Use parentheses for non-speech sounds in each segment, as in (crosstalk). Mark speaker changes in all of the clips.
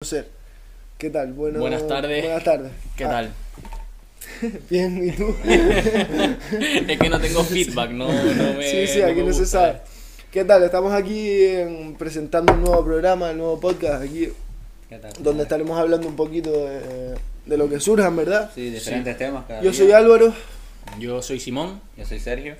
Speaker 1: conocer. ¿Qué tal? Bueno,
Speaker 2: Buenas tardes.
Speaker 1: Buenas tardes.
Speaker 2: ¿Qué
Speaker 1: Ah,
Speaker 2: tal?
Speaker 1: (laughs) Bien, ¿y tú? (laughs)
Speaker 2: es que no tengo feedback, no, no me.
Speaker 1: sí, sí, aquí
Speaker 2: me
Speaker 1: no se
Speaker 2: gusta.
Speaker 1: sabe. ¿Qué tal? Estamos aquí en- presentando un nuevo programa, un nuevo podcast, aquí
Speaker 3: ¿Qué tal?
Speaker 1: donde estaremos hablando un poquito de, de lo que surjan, ¿verdad?
Speaker 3: Sí, diferentes temas cada
Speaker 1: Yo
Speaker 3: día.
Speaker 1: soy Álvaro. (laughs)
Speaker 2: Yo soy Simón.
Speaker 3: Yo soy Sergio.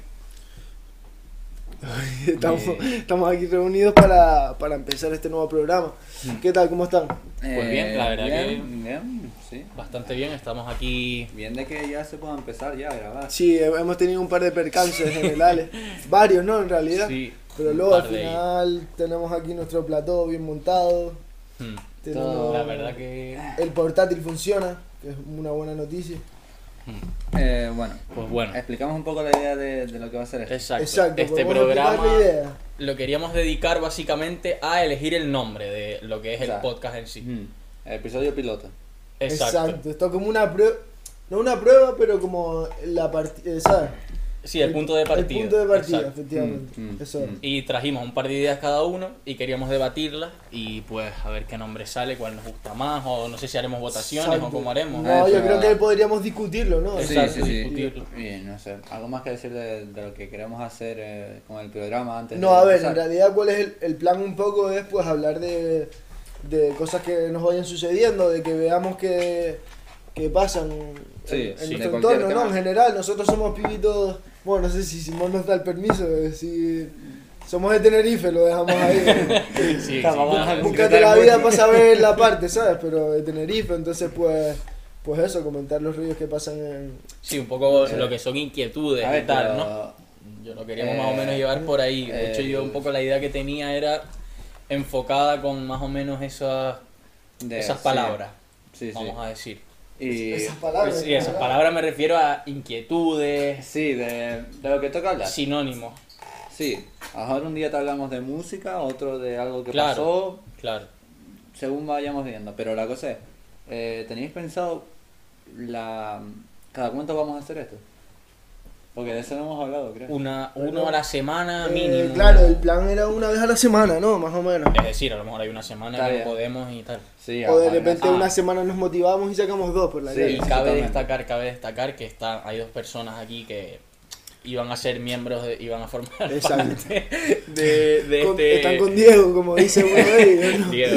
Speaker 1: Estamos,
Speaker 2: Bien.
Speaker 1: estamos aquí reunidos para, para empezar este nuevo programa.
Speaker 2: Mm.
Speaker 1: ¿Qué tal? ¿Cómo están?
Speaker 2: Pues bien, la verdad
Speaker 3: Eh, bien, Bien, sí.
Speaker 2: Bastante bien, estamos aquí.
Speaker 3: Bien de que ya se pueda empezar ya a grabar.
Speaker 1: Sí, he- hemos tenido un par de percances
Speaker 2: (laughs)
Speaker 1: generales. Varios, ¿no? En realidad.
Speaker 2: Sí,
Speaker 1: Pero
Speaker 2: un
Speaker 1: luego al
Speaker 2: par de-
Speaker 1: final tenemos aquí nuestro plató bien montado.
Speaker 2: Hmm.
Speaker 1: tenemos-
Speaker 3: Todo.
Speaker 2: La verdad que.
Speaker 1: El portátil funciona, que es una buena noticia.
Speaker 3: Eh, bueno,
Speaker 2: Pues bueno.
Speaker 3: explicamos un poco la idea de, de lo que va a ser esto.
Speaker 2: Exacto.
Speaker 1: Exacto,
Speaker 2: este
Speaker 1: podemos explicar
Speaker 2: programa
Speaker 1: la idea.
Speaker 2: lo queríamos dedicar básicamente a elegir el nombre de lo que es el
Speaker 3: Claro.
Speaker 2: podcast en
Speaker 1: Mm,
Speaker 2: sí.
Speaker 3: Ujú. Episodio piloto.
Speaker 2: Exacto.
Speaker 1: Esto como una prueba, no una prueba, pero como la partida, ¿sabes?
Speaker 2: Sí, el, punto de partida.
Speaker 1: El punto de partida,
Speaker 2: Exacto.
Speaker 1: efectivamente.
Speaker 3: Mm, mm,
Speaker 1: Eso es.
Speaker 3: mm.
Speaker 2: Y trajimos un par de ideas cada uno y queríamos debatirlas y pues a ver qué nombre sale, cuál nos gusta más o no sé si haremos votaciones
Speaker 1: Exacto.
Speaker 2: o cómo haremos.
Speaker 1: No,
Speaker 3: Ah,
Speaker 1: yo
Speaker 3: eso.
Speaker 1: creo que podríamos discutirlo, ¿no?
Speaker 2: Sí,
Speaker 1: Exacto.
Speaker 2: sí, sí. discutirlo.
Speaker 3: Bien, no sé. ¿Algo más que decir de, de lo que queremos hacer eh, con el programa antes
Speaker 1: No,
Speaker 3: de
Speaker 1: a ver, en
Speaker 3: empezar?
Speaker 1: realidad cuál es el, el plan un poco es pues hablar de, de cosas que nos vayan sucediendo, de que veamos que, que pasan
Speaker 3: Sí,
Speaker 1: en,
Speaker 3: sí,
Speaker 1: en
Speaker 3: de
Speaker 1: nuestro
Speaker 3: cualquier
Speaker 1: entorno, ¿no?
Speaker 3: tema.
Speaker 1: En general, nosotros somos pibitos, bueno, no sé si Simón nos da el permiso, eh, si somos de Tenerife, lo dejamos ahí.
Speaker 3: (laughs)
Speaker 1: (laughs)
Speaker 2: Sí, sí,
Speaker 3: Claro, vamos
Speaker 2: claro.
Speaker 3: a buscar-
Speaker 1: Búscate la vida para saber la parte, ¿sabes? Pero de Tenerife, entonces pues, pues eso, comentar los ríos que pasan en...
Speaker 2: Sí, un poco lo que son inquietudes
Speaker 3: A ver,
Speaker 2: y tal,
Speaker 3: pero-
Speaker 2: ¿no? Yo lo queríamos
Speaker 3: Eh,
Speaker 2: más o menos llevar por ahí. De hecho,
Speaker 3: eh,
Speaker 2: yo un poco la idea que tenía era enfocada con más o menos esas,
Speaker 3: de-
Speaker 2: esas
Speaker 3: sí.
Speaker 2: palabras,
Speaker 3: Sí, sí.
Speaker 2: vamos a decir.
Speaker 3: Y-
Speaker 1: Esas palabras.
Speaker 2: sí, esas palabras me refiero a inquietudes,
Speaker 3: Sí, de, de lo que toca hablar.
Speaker 2: sinónimos,
Speaker 3: Sí, ahora un día te hablamos de música, otro de algo que
Speaker 2: Claro.
Speaker 3: pasó,
Speaker 2: claro.
Speaker 3: según vayamos viendo. Pero la cosa es, eh, ¿tenéis pensado la cada cuánto vamos a hacer esto? Porque de eso no hemos hablado, creo.
Speaker 2: Una,
Speaker 1: Bueno,
Speaker 2: uno a la semana
Speaker 1: Eh,
Speaker 2: mínimo.
Speaker 1: claro, el plan era una vez a la semana, ¿no? Más o menos.
Speaker 2: Es decir, a lo mejor hay una semana
Speaker 3: Está
Speaker 2: que no
Speaker 3: bien.
Speaker 2: podemos y tal.
Speaker 3: Sí,
Speaker 1: O de
Speaker 3: ajá,
Speaker 1: repente
Speaker 2: Ah.
Speaker 1: una semana nos motivamos y sacamos dos por la
Speaker 3: Sí.
Speaker 1: calle.
Speaker 2: Y cabe
Speaker 3: exactamente.
Speaker 2: destacar, cabe destacar que está, hay dos personas aquí que iban a ser miembros, de- iban a formar (laughs)
Speaker 1: Exacto.
Speaker 2: parte de, de
Speaker 1: Con-
Speaker 2: este...
Speaker 1: Están con Diego, como dice
Speaker 3: (laughs)
Speaker 1: uno de ellos. ¿no?
Speaker 2: (laughs) Diego.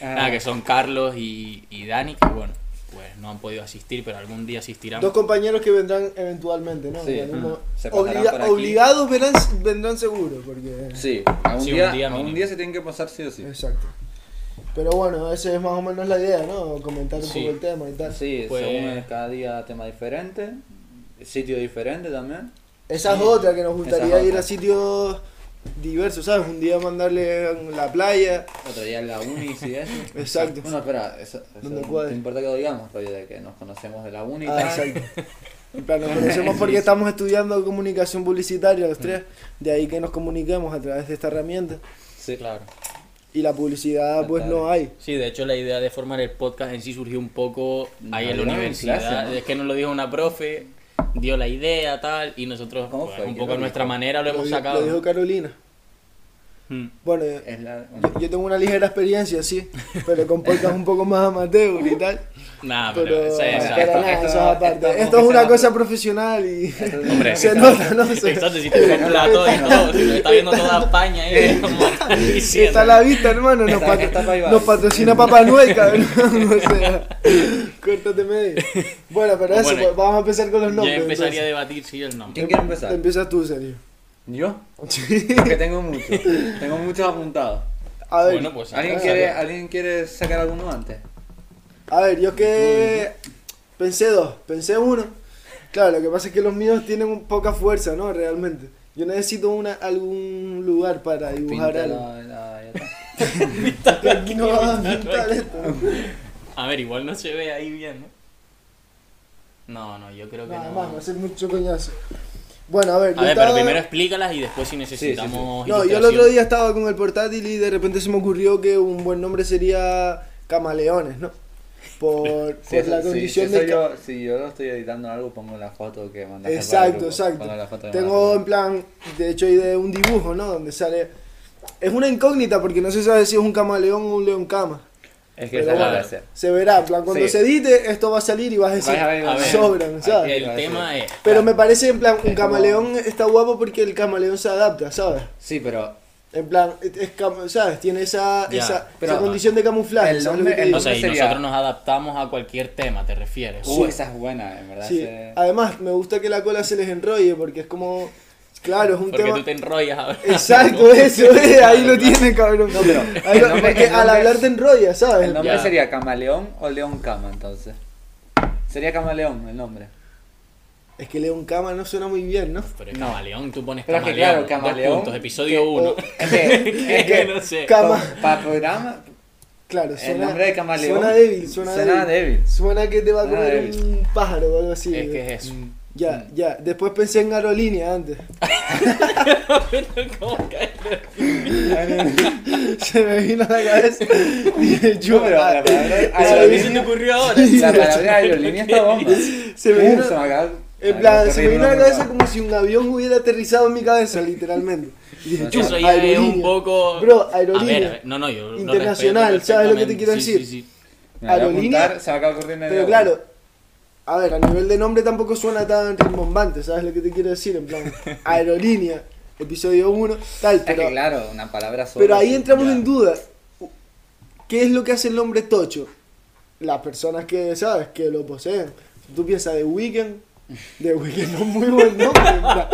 Speaker 3: Ah.
Speaker 2: Nada, que son Carlos y, y Dani, que bueno, pues no han podido asistir, pero algún día asistirán.
Speaker 1: Dos compañeros que vendrán eventualmente, ¿no?
Speaker 3: Sí,
Speaker 1: En algún
Speaker 3: mm.
Speaker 1: mo-
Speaker 3: Se pasarán
Speaker 1: Obliga-
Speaker 3: por aquí.
Speaker 1: Obligados verán- vendrán seguros, porque...
Speaker 3: Sí, a un
Speaker 2: Sí, un
Speaker 3: día,
Speaker 2: día
Speaker 3: a un
Speaker 2: mínimo.
Speaker 3: día se tienen que pasar sí o sí.
Speaker 1: Exacto. Pero bueno, esa es más o menos la idea, ¿no? Comentar un
Speaker 2: Sí.
Speaker 1: poco el tema y tal.
Speaker 3: Sí,
Speaker 2: Pues-
Speaker 3: según cada día tema diferente, sitio diferente también.
Speaker 1: Esa es otra que nos
Speaker 3: Esa
Speaker 1: gustaría
Speaker 3: es
Speaker 1: ir
Speaker 3: otra.
Speaker 1: a sitios diversos, ¿sabes? Un día mandarle a la playa.
Speaker 3: Otro día en la uni, sí, eso.
Speaker 1: (laughs) Exacto.
Speaker 3: Bueno, espera, eso, eso
Speaker 1: ¿Dónde
Speaker 3: no
Speaker 1: puedes?
Speaker 3: te importa que lo digamos, rollo de que nos conocemos de la uni y
Speaker 1: Ah,
Speaker 3: tal.
Speaker 1: exacto. (laughs) En plan, nos conocemos porque estamos estudiando comunicación publicitaria los tres, de ahí que nos comuniquemos a través de esta herramienta.
Speaker 3: Sí,
Speaker 2: Claro.
Speaker 1: Y la publicidad, pues no hay.
Speaker 2: Sí, de hecho la idea de formar el podcast en sí surgió un poco ahí en la
Speaker 3: Hablaron en
Speaker 2: universidad.
Speaker 3: clase, ¿no?
Speaker 2: Es que nos lo dijo una profe, dio la idea, tal, y nosotros
Speaker 3: ¿Cómo
Speaker 2: pues,
Speaker 3: fue?
Speaker 2: un
Speaker 3: ¿Quién
Speaker 2: poco
Speaker 3: lo
Speaker 2: a nuestra
Speaker 3: dijo?
Speaker 2: manera lo hemos
Speaker 1: di-
Speaker 2: sacado.
Speaker 1: dijo Carolina.
Speaker 2: Mm.
Speaker 1: Bueno, yo,
Speaker 3: Es la,
Speaker 1: yo tengo una ligera experiencia, sí, pero con podcast un poco más amateur y tal.
Speaker 2: Nah, Ah, pero,
Speaker 1: Pero,
Speaker 2: esa- esa-
Speaker 1: pero nada,
Speaker 3: esto-
Speaker 1: eso es aparte.
Speaker 3: esto-
Speaker 1: Esto es una
Speaker 3: esto-
Speaker 1: cosa profesional y
Speaker 2: Hombre,
Speaker 1: (laughs) se
Speaker 2: exacto.
Speaker 1: nota,
Speaker 2: (laughs)
Speaker 1: ¿no? Se-
Speaker 2: Exacto, si te ves un plato y todo, si lo está viendo toda España ahí, como diciendo.
Speaker 1: Está a Eh, la vista, hermano. Nos,
Speaker 3: Está-
Speaker 1: pat-
Speaker 3: está pa' ahí, va.
Speaker 1: nos patrocina Papá Noel, cabrón. (laughs) o sea, córtate medio. Bueno, pero eso,
Speaker 2: Bueno,
Speaker 1: pues, vamos a empezar con los
Speaker 2: Yo
Speaker 1: nombres. pues.
Speaker 2: empezaría a
Speaker 1: entonces.
Speaker 2: debatir si el nombre.
Speaker 3: ¿Quién quiere empezar?
Speaker 1: Empieza tú, serio.
Speaker 3: ¿Yo? Porque tengo muchos. Tengo muchos apuntados.
Speaker 1: A ver,
Speaker 2: Bueno, pues
Speaker 3: ¿Alguien
Speaker 2: entonces,
Speaker 3: quiere, ¿Alguien quiere sacar alguno antes?
Speaker 1: a ver, yo que pensé dos, pensé uno. Claro, lo que pasa es que los míos tienen un poca fuerza, ¿no? Realmente. Yo necesito una, algún lugar para dibujar
Speaker 3: Pinta
Speaker 1: algo. (laughs)
Speaker 3: la- la- ya está.
Speaker 1: Aquí no
Speaker 2: (laughs)
Speaker 1: va a pintar esto.
Speaker 2: A ver, igual no se ve ahí bien, ¿no? No, no, yo creo que
Speaker 1: Nada
Speaker 2: no.
Speaker 1: más, va a ser mucho coñazo. Bueno, a ver.
Speaker 2: A
Speaker 1: yo
Speaker 2: ver, pero
Speaker 1: estaba-
Speaker 2: primero explícalas y después si
Speaker 1: No,
Speaker 2: necesitamos.
Speaker 1: yo el
Speaker 2: ilustración.
Speaker 1: otro día estaba con el portátil y de repente se me ocurrió que un buen nombre sería Camaleones, ¿no? Por,
Speaker 3: Si
Speaker 1: por
Speaker 3: eso-
Speaker 1: la
Speaker 3: si-
Speaker 1: condición
Speaker 3: si eso
Speaker 1: de que...
Speaker 3: yo, si yo lo estoy editando algo, pongo la foto que mandaste. para el
Speaker 1: Exacto,
Speaker 3: grupo. Pongo la foto
Speaker 1: exacto.
Speaker 3: que
Speaker 1: Tengo en
Speaker 3: mandaste.
Speaker 1: plan, de hecho, hay de un dibujo, ¿no? Donde sale... Es una incógnita porque no se sabe si es un camaleón o un león cama.
Speaker 4: Es que
Speaker 1: Pero
Speaker 4: esa es la
Speaker 1: bueno.
Speaker 4: gracia.
Speaker 1: Se verá, en plan, cuando
Speaker 4: Sí.
Speaker 1: se edite, esto va a salir y vas a decir,
Speaker 3: Vas a ver,
Speaker 2: a ver.
Speaker 1: sobran, ¿sabes?
Speaker 2: El tema es.
Speaker 1: Pero me parece, en plan, un
Speaker 3: Es como-
Speaker 1: camaleón está guapo porque el camaleón se adapta, ¿sabes?
Speaker 3: Sí, pero
Speaker 1: En plan, es- es cam- ¿sabes? Tiene esa,
Speaker 2: Ya,
Speaker 1: esa,
Speaker 3: pero-
Speaker 1: esa condición de camuflaje,
Speaker 3: el
Speaker 1: ¿sabes lo que
Speaker 3: hombre-
Speaker 1: te
Speaker 3: el
Speaker 1: digo?
Speaker 2: O sea, y
Speaker 3: sería-
Speaker 2: nosotros nos adaptamos a cualquier tema, ¿te refieres?
Speaker 3: Uh, esa es buena, en verdad.
Speaker 1: Sí.
Speaker 3: ese-
Speaker 1: Además, me gusta que la cola se les enrolle porque es como, claro, es un
Speaker 2: Porque
Speaker 1: tema...
Speaker 2: tú te enrollas a ver.
Speaker 1: Exacto, eso, eh, ahí lo tiene, cabrón.
Speaker 3: No, pero
Speaker 1: Ahí
Speaker 4: el
Speaker 1: lo-
Speaker 4: nombre-
Speaker 1: porque
Speaker 4: el
Speaker 1: al
Speaker 4: nombre-
Speaker 1: hablar te enrollas, ¿sabes?
Speaker 3: el nombre
Speaker 2: Ya.
Speaker 3: sería Camaleón o León Cama, entonces. Sería Camaleón el nombre.
Speaker 1: Es que León Cama no suena muy bien, ¿no?
Speaker 2: (laughs) Pero camaleón, tú pones
Speaker 3: Pero es que,
Speaker 2: camaleón.
Speaker 3: claro, camaleón,
Speaker 2: Dos puntos, episodio 1.
Speaker 1: (laughs)
Speaker 3: Es que,
Speaker 2: Es que no sé.
Speaker 1: Cama.
Speaker 3: para
Speaker 1: (laughs)
Speaker 3: programa,
Speaker 1: Claro, suena.
Speaker 3: nombre de camaleón
Speaker 1: Suena débil, suena,
Speaker 3: suena débil.
Speaker 1: Suena que te va a
Speaker 3: Suena
Speaker 1: comer
Speaker 3: débil.
Speaker 1: un pájaro o algo así.
Speaker 2: (laughs)
Speaker 1: ¿eh?
Speaker 2: Es que es eso.
Speaker 1: Ya, ya. Después pensé en aerolínea antes.
Speaker 2: ¿Cómo que?
Speaker 1: (laughs) Se me vino a la
Speaker 3: (laughs)
Speaker 1: cabeza. Dije, yo. ah,
Speaker 3: No, pero la palabra
Speaker 2: ¿A mí se te
Speaker 3: aerolínea,
Speaker 2: ocurrió ahora?
Speaker 3: la palabra aerolínea está bomba.
Speaker 1: se me
Speaker 3: Uh,
Speaker 1: vino.
Speaker 3: se me acaba-
Speaker 1: en
Speaker 3: acaba
Speaker 1: plan,
Speaker 3: de
Speaker 1: se me vino a la
Speaker 3: ocurrir una
Speaker 1: cabeza como si un avión hubiera aterrizado en mi cabeza, literalmente. Y dije,
Speaker 3: No,
Speaker 1: yo,
Speaker 2: Eso ya es un
Speaker 1: aerolínea.
Speaker 2: poco.
Speaker 1: Bro,
Speaker 2: A ver, a
Speaker 1: aerolínea.
Speaker 2: ver, no, no, yo. lo
Speaker 1: Internacional,
Speaker 2: respeto
Speaker 1: ¿sabes lo que te quiero
Speaker 2: perfectamente.
Speaker 1: decir?
Speaker 2: Sí, sí, sí.
Speaker 3: Me la voy a
Speaker 1: Aerolínea.
Speaker 3: apuntar, se me acaba de ocurrir una idea.
Speaker 1: Pero claro, a ver, a nivel de nombre tampoco suena tan rimbombante, ¿sabes lo que te quiero decir? En
Speaker 3: (laughs)
Speaker 1: plan, aerolínea, episodio 1, tal,
Speaker 3: Es
Speaker 1: pero,
Speaker 3: que claro, una palabra sola.
Speaker 1: pero ahí
Speaker 3: sí,
Speaker 1: entramos
Speaker 3: ya.
Speaker 1: en duda. ¿Qué es lo que hace el nombre tocho? Las personas que, ¿sabes? Que lo poseen. Tú piensas de Weekend. De Weekend no es muy buen nombre. en plan,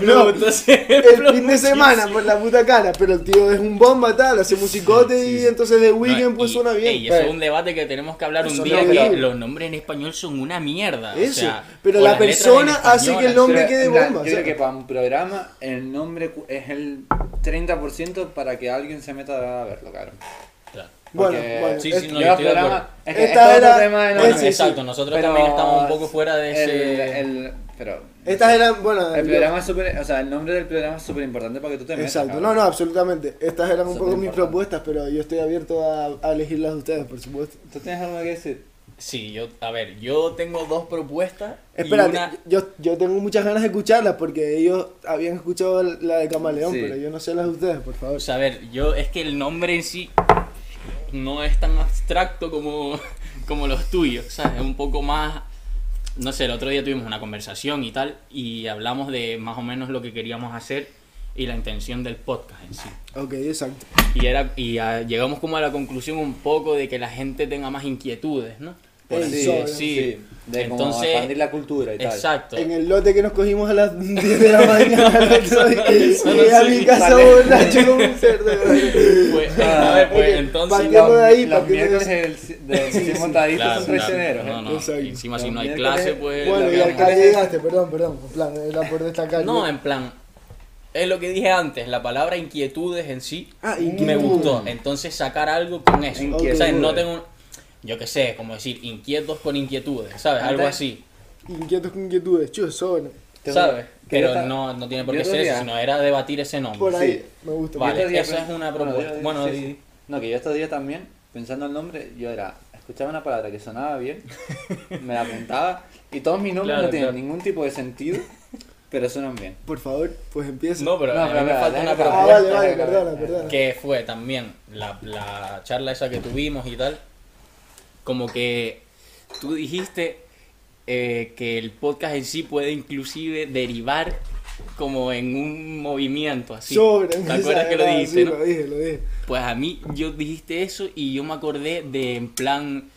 Speaker 2: (laughs) No,
Speaker 1: bro,
Speaker 2: entonces.
Speaker 1: el fin de semana, por la puta cara. Pero el tío es un bomba, tal, hace musicote
Speaker 2: Sí, sí,
Speaker 1: y
Speaker 2: sí.
Speaker 1: entonces de Weekend
Speaker 2: No,
Speaker 1: pues
Speaker 2: y-
Speaker 1: suena bien.
Speaker 2: ey, eso es
Speaker 1: Pero-
Speaker 2: un debate que tenemos que hablar un
Speaker 1: Eso
Speaker 2: día,
Speaker 1: no es
Speaker 2: pero
Speaker 1: bien.
Speaker 2: los nombres en español son una mierda. o
Speaker 1: Eso,
Speaker 2: sea,
Speaker 1: pero
Speaker 2: o
Speaker 1: la
Speaker 2: las letras
Speaker 1: persona
Speaker 2: en español,
Speaker 1: hace que el
Speaker 2: así-
Speaker 1: nombre-
Speaker 3: Pero,
Speaker 1: quede
Speaker 3: en plan,
Speaker 1: bomba,
Speaker 3: Yo creo
Speaker 1: ¿sabes?
Speaker 3: que para un programa el nombre cu- es el 30% para que alguien se meta a verlo, claro.
Speaker 2: Claro.
Speaker 1: Bueno,
Speaker 3: Porque-
Speaker 1: bueno,
Speaker 2: Sí,
Speaker 1: es-
Speaker 2: sí,
Speaker 3: Yo
Speaker 2: no,
Speaker 3: los
Speaker 2: yo estoy de
Speaker 3: programas-
Speaker 2: acuerdo.
Speaker 3: es
Speaker 1: Esta
Speaker 3: que esto es otro
Speaker 1: era-
Speaker 3: tema de
Speaker 1: es-
Speaker 2: Bueno,
Speaker 1: sí, sí.
Speaker 2: exacto, nosotros
Speaker 3: Pero
Speaker 2: también estamos un poco fuera de ese.
Speaker 3: El, el- pero
Speaker 1: Estas eran, bueno,
Speaker 3: el
Speaker 1: yo-
Speaker 3: programa es súper, o sea, el nombre del programa es súper importante para que tú te metas.
Speaker 1: exacto, no,
Speaker 3: cabrón.
Speaker 1: no, absolutamente. Estas eran un
Speaker 3: Eso
Speaker 1: poco
Speaker 3: es
Speaker 1: mis
Speaker 3: importante.
Speaker 1: propuestas, pero yo estoy abierto a, a elegir las de ustedes, por supuesto.
Speaker 3: ¿Tú tienes algo que decir?
Speaker 2: Sí, yo, a ver, yo tengo dos propuestas. y
Speaker 1: Espérate,
Speaker 2: una-
Speaker 1: yo, yo tengo muchas ganas de escucharlas porque ellos habían escuchado la de Camaleón,
Speaker 3: Sí.
Speaker 1: pero yo no sé las de ustedes, por favor.
Speaker 2: O sea, Pues, a ver, yo es que el nombre en sí no es tan abstracto como, (laughs) como los tuyos, ¿sabes? Es un poco más... No sé, el otro día tuvimos una conversación y tal, y hablamos de más o menos lo que queríamos hacer y la intención del podcast en sí.
Speaker 1: Ok, exacto.
Speaker 2: Y, era, y ah, llegamos como a la conclusión un poco de que la gente tenga más inquietudes, ¿no? Por
Speaker 1: Ey,
Speaker 2: así
Speaker 1: sobre.
Speaker 2: decir.
Speaker 3: De como
Speaker 2: Entonces-
Speaker 3: expandir la cultura y tal.
Speaker 2: Exacto.
Speaker 1: En el lote que nos cogimos a las (laughs) 10 de la
Speaker 2: (laughs)
Speaker 1: mañana, llegué a
Speaker 2: sí,
Speaker 1: mi casa
Speaker 3: vale.
Speaker 1: borracho como un cerdo. (laughs)
Speaker 2: Pues, a ver, pues,
Speaker 1: Oye,
Speaker 2: entonces...
Speaker 1: Partiendo de ahí,
Speaker 3: los
Speaker 1: partiendo de
Speaker 3: miércoles del- del cien montaditos
Speaker 2: Claro,
Speaker 3: son
Speaker 2: claro,
Speaker 3: traicioneros. ¿eh?
Speaker 2: No, no,
Speaker 1: Exacto.
Speaker 2: encima si
Speaker 3: Los
Speaker 2: no hay
Speaker 3: miércoles-
Speaker 2: clase, pues...
Speaker 1: Bueno,
Speaker 2: la
Speaker 1: y al
Speaker 2: cagamos.
Speaker 1: que llegaste, perdón, perdón, en plan, era por destacar.
Speaker 2: No, em-
Speaker 1: yo.
Speaker 2: en plan, es lo que dije antes, la palabra inquietudes en sí
Speaker 1: Ah,
Speaker 2: me
Speaker 1: inquietud.
Speaker 2: gustó. Entonces sacar algo con eso.
Speaker 3: Inquietudes.
Speaker 2: ¿Sabes? No tengo, yo qué sé, como decir inquietos con inquietudes, ¿sabes? Algo
Speaker 3: Antes-
Speaker 2: así,
Speaker 1: Inquietos con inquietudes, chulo, son.
Speaker 3: Te-
Speaker 2: ¿sabes?
Speaker 3: que yo
Speaker 2: Pero
Speaker 3: ta-
Speaker 2: no, no tiene por
Speaker 3: yo
Speaker 2: qué
Speaker 3: otro
Speaker 2: ser
Speaker 3: día-
Speaker 2: eso, sino era debatir ese
Speaker 1: Por
Speaker 2: nombre.
Speaker 1: ahí,
Speaker 3: Sí.
Speaker 1: me gusta.
Speaker 3: Yo
Speaker 2: Vale,
Speaker 3: estos días
Speaker 2: esa
Speaker 3: pens-
Speaker 2: es una
Speaker 3: bueno,
Speaker 2: propuesta.
Speaker 3: yo-
Speaker 2: Bueno,
Speaker 3: sí,
Speaker 2: di-
Speaker 3: sí. No, que yo estos días también, pensando el nombre, yo era, escuchaba una palabra que sonaba
Speaker 2: (laughs)
Speaker 3: bien, me la apuntaba, y todos mis nombres
Speaker 2: Claro,
Speaker 3: no tienen
Speaker 2: claro.
Speaker 3: ningún tipo
Speaker 2: (laughs)
Speaker 3: de sentido, pero suenan bien.
Speaker 1: Por favor, pues empieza.
Speaker 2: No, pero
Speaker 3: No,
Speaker 2: a mí
Speaker 3: pero
Speaker 2: me
Speaker 3: espera,
Speaker 2: falta
Speaker 3: déjame
Speaker 2: una
Speaker 3: acabar.
Speaker 1: ah,
Speaker 2: propuesta.
Speaker 1: vale, vale,
Speaker 3: déjame
Speaker 1: perdona,
Speaker 3: acabar.
Speaker 1: perdona.
Speaker 2: que fue también la, la charla esa que tuvimos y tal, como que tú dijiste eh, que el podcast en sí puede inclusive derivar como en un movimiento así.
Speaker 1: Sobre,
Speaker 2: ¿Te
Speaker 1: (laughs) esa
Speaker 2: acuerdas que lo
Speaker 1: era,
Speaker 2: dijiste?
Speaker 1: sí,
Speaker 2: no?
Speaker 1: lo dije, lo dije.
Speaker 2: Pues a mí yo dijiste eso y yo me acordé de en plan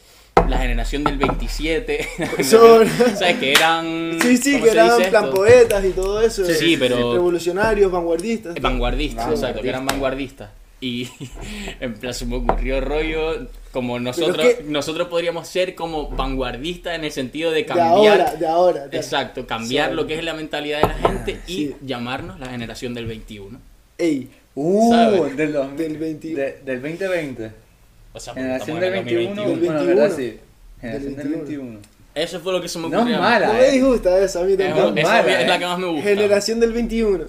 Speaker 2: la generación del (laughs) 27.
Speaker 1: Sobre.
Speaker 2: ¿Sabes? Que eran...
Speaker 1: Sí, sí,
Speaker 2: ¿cómo
Speaker 1: que
Speaker 2: se
Speaker 1: eran
Speaker 2: dice
Speaker 1: plan
Speaker 2: esto?
Speaker 1: poetas y todo eso.
Speaker 2: Sí, sí, pero-
Speaker 1: Revolucionarios, vanguardistas.
Speaker 2: Vanguardistas,
Speaker 3: Vanguardistas.
Speaker 2: exacto, que eran vanguardistas. Y (laughs) en plan se me ocurrió rollo, como nosotros,
Speaker 1: es que-
Speaker 2: nosotros podríamos ser como vanguardistas en el sentido de
Speaker 1: de
Speaker 2: cambiar.
Speaker 1: ahora, de ahora. tal.
Speaker 2: Exacto, cambiar
Speaker 1: Sí.
Speaker 2: lo que es la mentalidad de la gente y
Speaker 1: Sí.
Speaker 2: llamarnos la generación del 21.
Speaker 1: Ey,
Speaker 3: Uh,
Speaker 2: ¿Sabes?
Speaker 3: del, dos-
Speaker 1: Del 20
Speaker 3: de- del 2020.
Speaker 2: O sea, porque
Speaker 3: Generación
Speaker 2: estamos
Speaker 3: del
Speaker 2: en el
Speaker 3: 21.
Speaker 2: 2021.
Speaker 3: Bueno, en
Speaker 1: 21.
Speaker 3: verdad sí. Generación del 21.
Speaker 2: Eso fue lo que se me
Speaker 3: No es
Speaker 2: ocurrió. a mí.
Speaker 3: mala.
Speaker 1: no me disgusta esa, a mí
Speaker 2: Es,
Speaker 1: tampoco.
Speaker 3: No,
Speaker 2: esa
Speaker 3: mala,
Speaker 2: es la
Speaker 3: eh.
Speaker 2: que más me gusta.
Speaker 1: Generación del 21.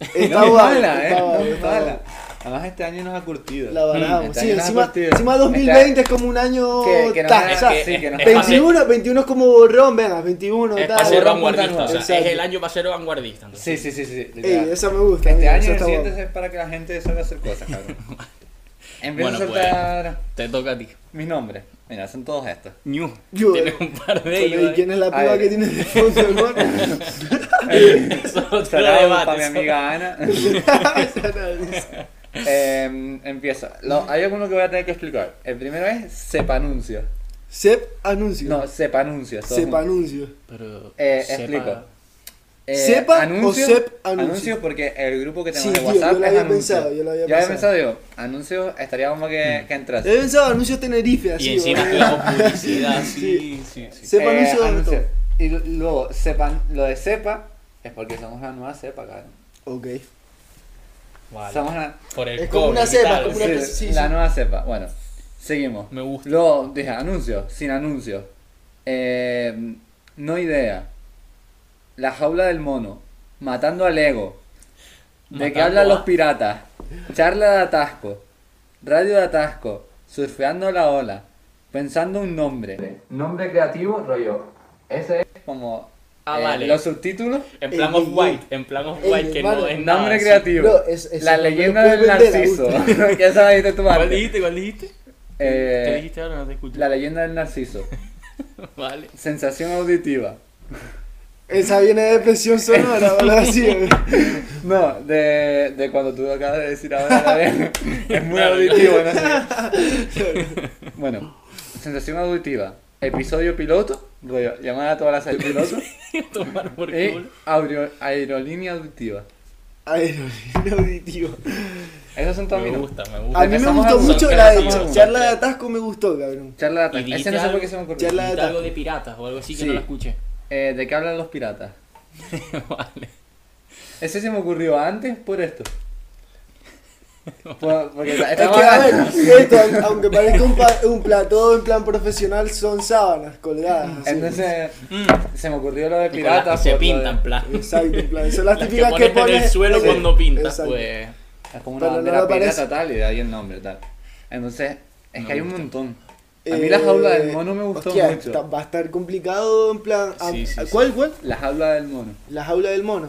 Speaker 1: Está
Speaker 3: no es
Speaker 1: guapo,
Speaker 3: mala, eh.
Speaker 1: está
Speaker 3: No
Speaker 1: guapo,
Speaker 3: es
Speaker 1: está guapo.
Speaker 3: mala. Además este año nos ha curtido.
Speaker 1: La barajamos.
Speaker 3: Este
Speaker 1: Sí,
Speaker 3: año nos ha
Speaker 1: encima,
Speaker 3: curtido.
Speaker 1: encima
Speaker 3: Este-
Speaker 1: 2020 es como un año.
Speaker 3: que, que nos
Speaker 1: tal,
Speaker 3: ha-
Speaker 1: o sea,
Speaker 2: que-
Speaker 3: sí, que nos
Speaker 2: es
Speaker 3: ha-
Speaker 1: 21, 21 es como borrón, venga, 21,
Speaker 2: Es
Speaker 1: tal.
Speaker 2: para ser
Speaker 3: Borrón,
Speaker 2: vanguardista. O sea,
Speaker 1: Exacto.
Speaker 2: es el año para ser vanguardista. entonces.
Speaker 3: Sí, sí, sí, sí. literal.
Speaker 1: Ey, esa me gusta.
Speaker 3: Este
Speaker 1: amigo,
Speaker 3: año
Speaker 1: esa
Speaker 3: y el
Speaker 1: está
Speaker 3: siguiente
Speaker 1: guapa. (laughs)
Speaker 3: es para que la gente salga a hacer cosas, cabrón. Empieza
Speaker 2: Bueno,
Speaker 3: a soltar.
Speaker 2: Te toca a ti.
Speaker 3: mis nombres. Mira, son todos estos.
Speaker 2: Ñu.
Speaker 1: Ñu,
Speaker 2: Tienes
Speaker 1: eh.
Speaker 2: un par de
Speaker 1: Bueno,
Speaker 2: ellos.
Speaker 1: ¿Y quién es la
Speaker 3: A
Speaker 1: piba
Speaker 3: ver.
Speaker 1: que tiene de fondo, hermano?
Speaker 3: (laughs)
Speaker 2: (laughs) Eso es otro
Speaker 3: Saludos
Speaker 2: debate,
Speaker 3: para mi
Speaker 2: eso.
Speaker 1: (laughs)
Speaker 3: amiga Ana. Em, empiezo. Lo- hay alguno que voy a tener que explicar. El primero es sepanuncio.
Speaker 1: (laughs) Sep anuncio.
Speaker 3: No, sepanuncio. todo
Speaker 1: Sep
Speaker 3: junto.
Speaker 1: anuncio.
Speaker 2: Pero.
Speaker 3: Eh,
Speaker 2: sepa-
Speaker 3: explico.
Speaker 1: ¿Sepa o sep anuncio?
Speaker 3: Eh, Anuncio porque el grupo que tenemos
Speaker 1: Sí,
Speaker 3: de
Speaker 1: tío,
Speaker 3: WhatsApp
Speaker 1: yo lo
Speaker 3: es
Speaker 1: había
Speaker 3: anuncio.
Speaker 1: pensado, yo lo había
Speaker 3: Yo
Speaker 1: pensado. Mm. Eh,
Speaker 3: yo. Anuncio estaría como que, que entrase.
Speaker 1: He pensado anuncios Tenerife, así.
Speaker 2: Y encima
Speaker 1: ¿verdad? (laughs)
Speaker 2: estudiamos
Speaker 3: (laughs)
Speaker 2: publicidad, sí, sí, sí.
Speaker 1: Sepa
Speaker 3: Eh,
Speaker 1: anuncio de
Speaker 3: anuncio.
Speaker 1: todo.
Speaker 3: Y lo- luego, sepan, lo de sepa es porque somos la nueva cepa, cabrón.
Speaker 1: Ok.
Speaker 2: Vale.
Speaker 3: Somos la,
Speaker 2: Por el
Speaker 1: Es como una
Speaker 2: cobre y
Speaker 1: cepa,
Speaker 2: tal,
Speaker 1: como una
Speaker 2: sí.
Speaker 1: especie- sí,
Speaker 3: la
Speaker 1: sí.
Speaker 3: nueva cepa. Bueno, seguimos.
Speaker 2: Me gusta.
Speaker 3: Luego dije anuncio, sin anuncio. Eh, no idea. La jaula del mono. Matando al ego. ¿De qué
Speaker 2: Matando
Speaker 3: hablan
Speaker 2: a-
Speaker 3: los piratas? Charla de atasco. Radio de atasco. Surfeando la ola. Pensando un nombre. Nombre creativo, rollo. Ese es como
Speaker 2: Ah,
Speaker 3: eh,
Speaker 2: vale.
Speaker 3: los subtítulos.
Speaker 2: En
Speaker 1: Ey,
Speaker 2: plan
Speaker 1: ey,
Speaker 2: off white,
Speaker 1: ey.
Speaker 2: en plan off
Speaker 1: Ey,
Speaker 2: white, que no
Speaker 1: hermano,
Speaker 2: es nada.
Speaker 3: Nombre
Speaker 2: Ah, sí.
Speaker 3: creativo.
Speaker 1: No, es- es-
Speaker 3: la
Speaker 1: no me lo
Speaker 3: leyenda
Speaker 1: puedes
Speaker 3: del
Speaker 1: vender,
Speaker 3: narciso. (laughs)
Speaker 1: Augusto.
Speaker 3: ¿Qué sabes de tu
Speaker 2: ¿Cuál
Speaker 3: arte?
Speaker 2: dijiste? ¿Cuál dijiste?
Speaker 3: Eh,
Speaker 2: ¿Qué dijiste ahora? No te escucho.
Speaker 3: la leyenda del narciso.
Speaker 2: (laughs) Vale. (laughs)
Speaker 3: Sensación auditiva.
Speaker 1: Esa viene de depresión sonora, ¿verdad? Así. ¿eh?
Speaker 3: No, de, de cuando tú lo acabas de decir ahora, la
Speaker 2: (laughs)
Speaker 3: de- es muy
Speaker 2: Claro.
Speaker 3: auditivo, no sé. Bueno, sensación auditiva. Episodio piloto, rollo, llamada a todas las series piloto.
Speaker 2: (laughs) Tomar por
Speaker 3: Y
Speaker 2: culo.
Speaker 3: aureo- aerolínea auditiva.
Speaker 1: (laughs) Aerolínea auditiva.
Speaker 3: Esos son todos
Speaker 2: Me
Speaker 3: mis
Speaker 2: gusta, me
Speaker 1: A
Speaker 2: gusta.
Speaker 1: mí me
Speaker 3: Empezamos
Speaker 1: gustó
Speaker 3: a-
Speaker 1: mucho
Speaker 2: son
Speaker 1: la de
Speaker 2: empezamos a-
Speaker 1: charla de atasco, me gustó, cabrón.
Speaker 3: Charla de
Speaker 2: Y
Speaker 3: atasco.
Speaker 2: dijiste
Speaker 3: Ese no sé
Speaker 2: algo-
Speaker 3: por qué se me ocurrió.
Speaker 1: charla- la
Speaker 2: Dijiste
Speaker 1: de
Speaker 2: algo de piratas o algo así que
Speaker 3: Sí.
Speaker 2: no lo
Speaker 3: (laughs)
Speaker 2: escuché.
Speaker 3: Eh, ¿De qué hablan los piratas?
Speaker 2: vale.
Speaker 3: Ese se me ocurrió antes por esto.
Speaker 2: (laughs)
Speaker 3: Por- porque
Speaker 1: Es que,
Speaker 3: estamos
Speaker 1: a ver,
Speaker 3: hablando-
Speaker 1: esto, aunque parezca un, pa- un plató en plan profesional, son sábanas colgadas. así.
Speaker 3: Entonces,
Speaker 2: Mm.
Speaker 3: se me ocurrió lo de
Speaker 2: Y con las que
Speaker 3: piratas.
Speaker 2: se
Speaker 3: por lo de-
Speaker 2: pintan, plan.
Speaker 1: Exacto, en plan, son las,
Speaker 2: Las que
Speaker 1: típicas que
Speaker 2: pones en el
Speaker 1: pones-
Speaker 2: suelo
Speaker 1: Sí,
Speaker 2: cuando pintas,
Speaker 1: exacto.
Speaker 2: pues.
Speaker 3: Es
Speaker 1: Pero
Speaker 3: como una
Speaker 1: no
Speaker 3: bandera
Speaker 1: lo parece.
Speaker 3: pirata tal y de ahí el nombre tal. Entonces, es
Speaker 2: Me
Speaker 3: que hay un
Speaker 2: gusta.
Speaker 3: montón. A mí la jaula del mono me gustó
Speaker 1: Eh, hostia,
Speaker 3: mucho.
Speaker 1: esta- Va a estar complicado en plan. a-
Speaker 2: Sí, sí,
Speaker 1: a-
Speaker 2: sí.
Speaker 1: ¿Cuál, cuál?
Speaker 3: La jaula del mono.
Speaker 1: La jaula del mono.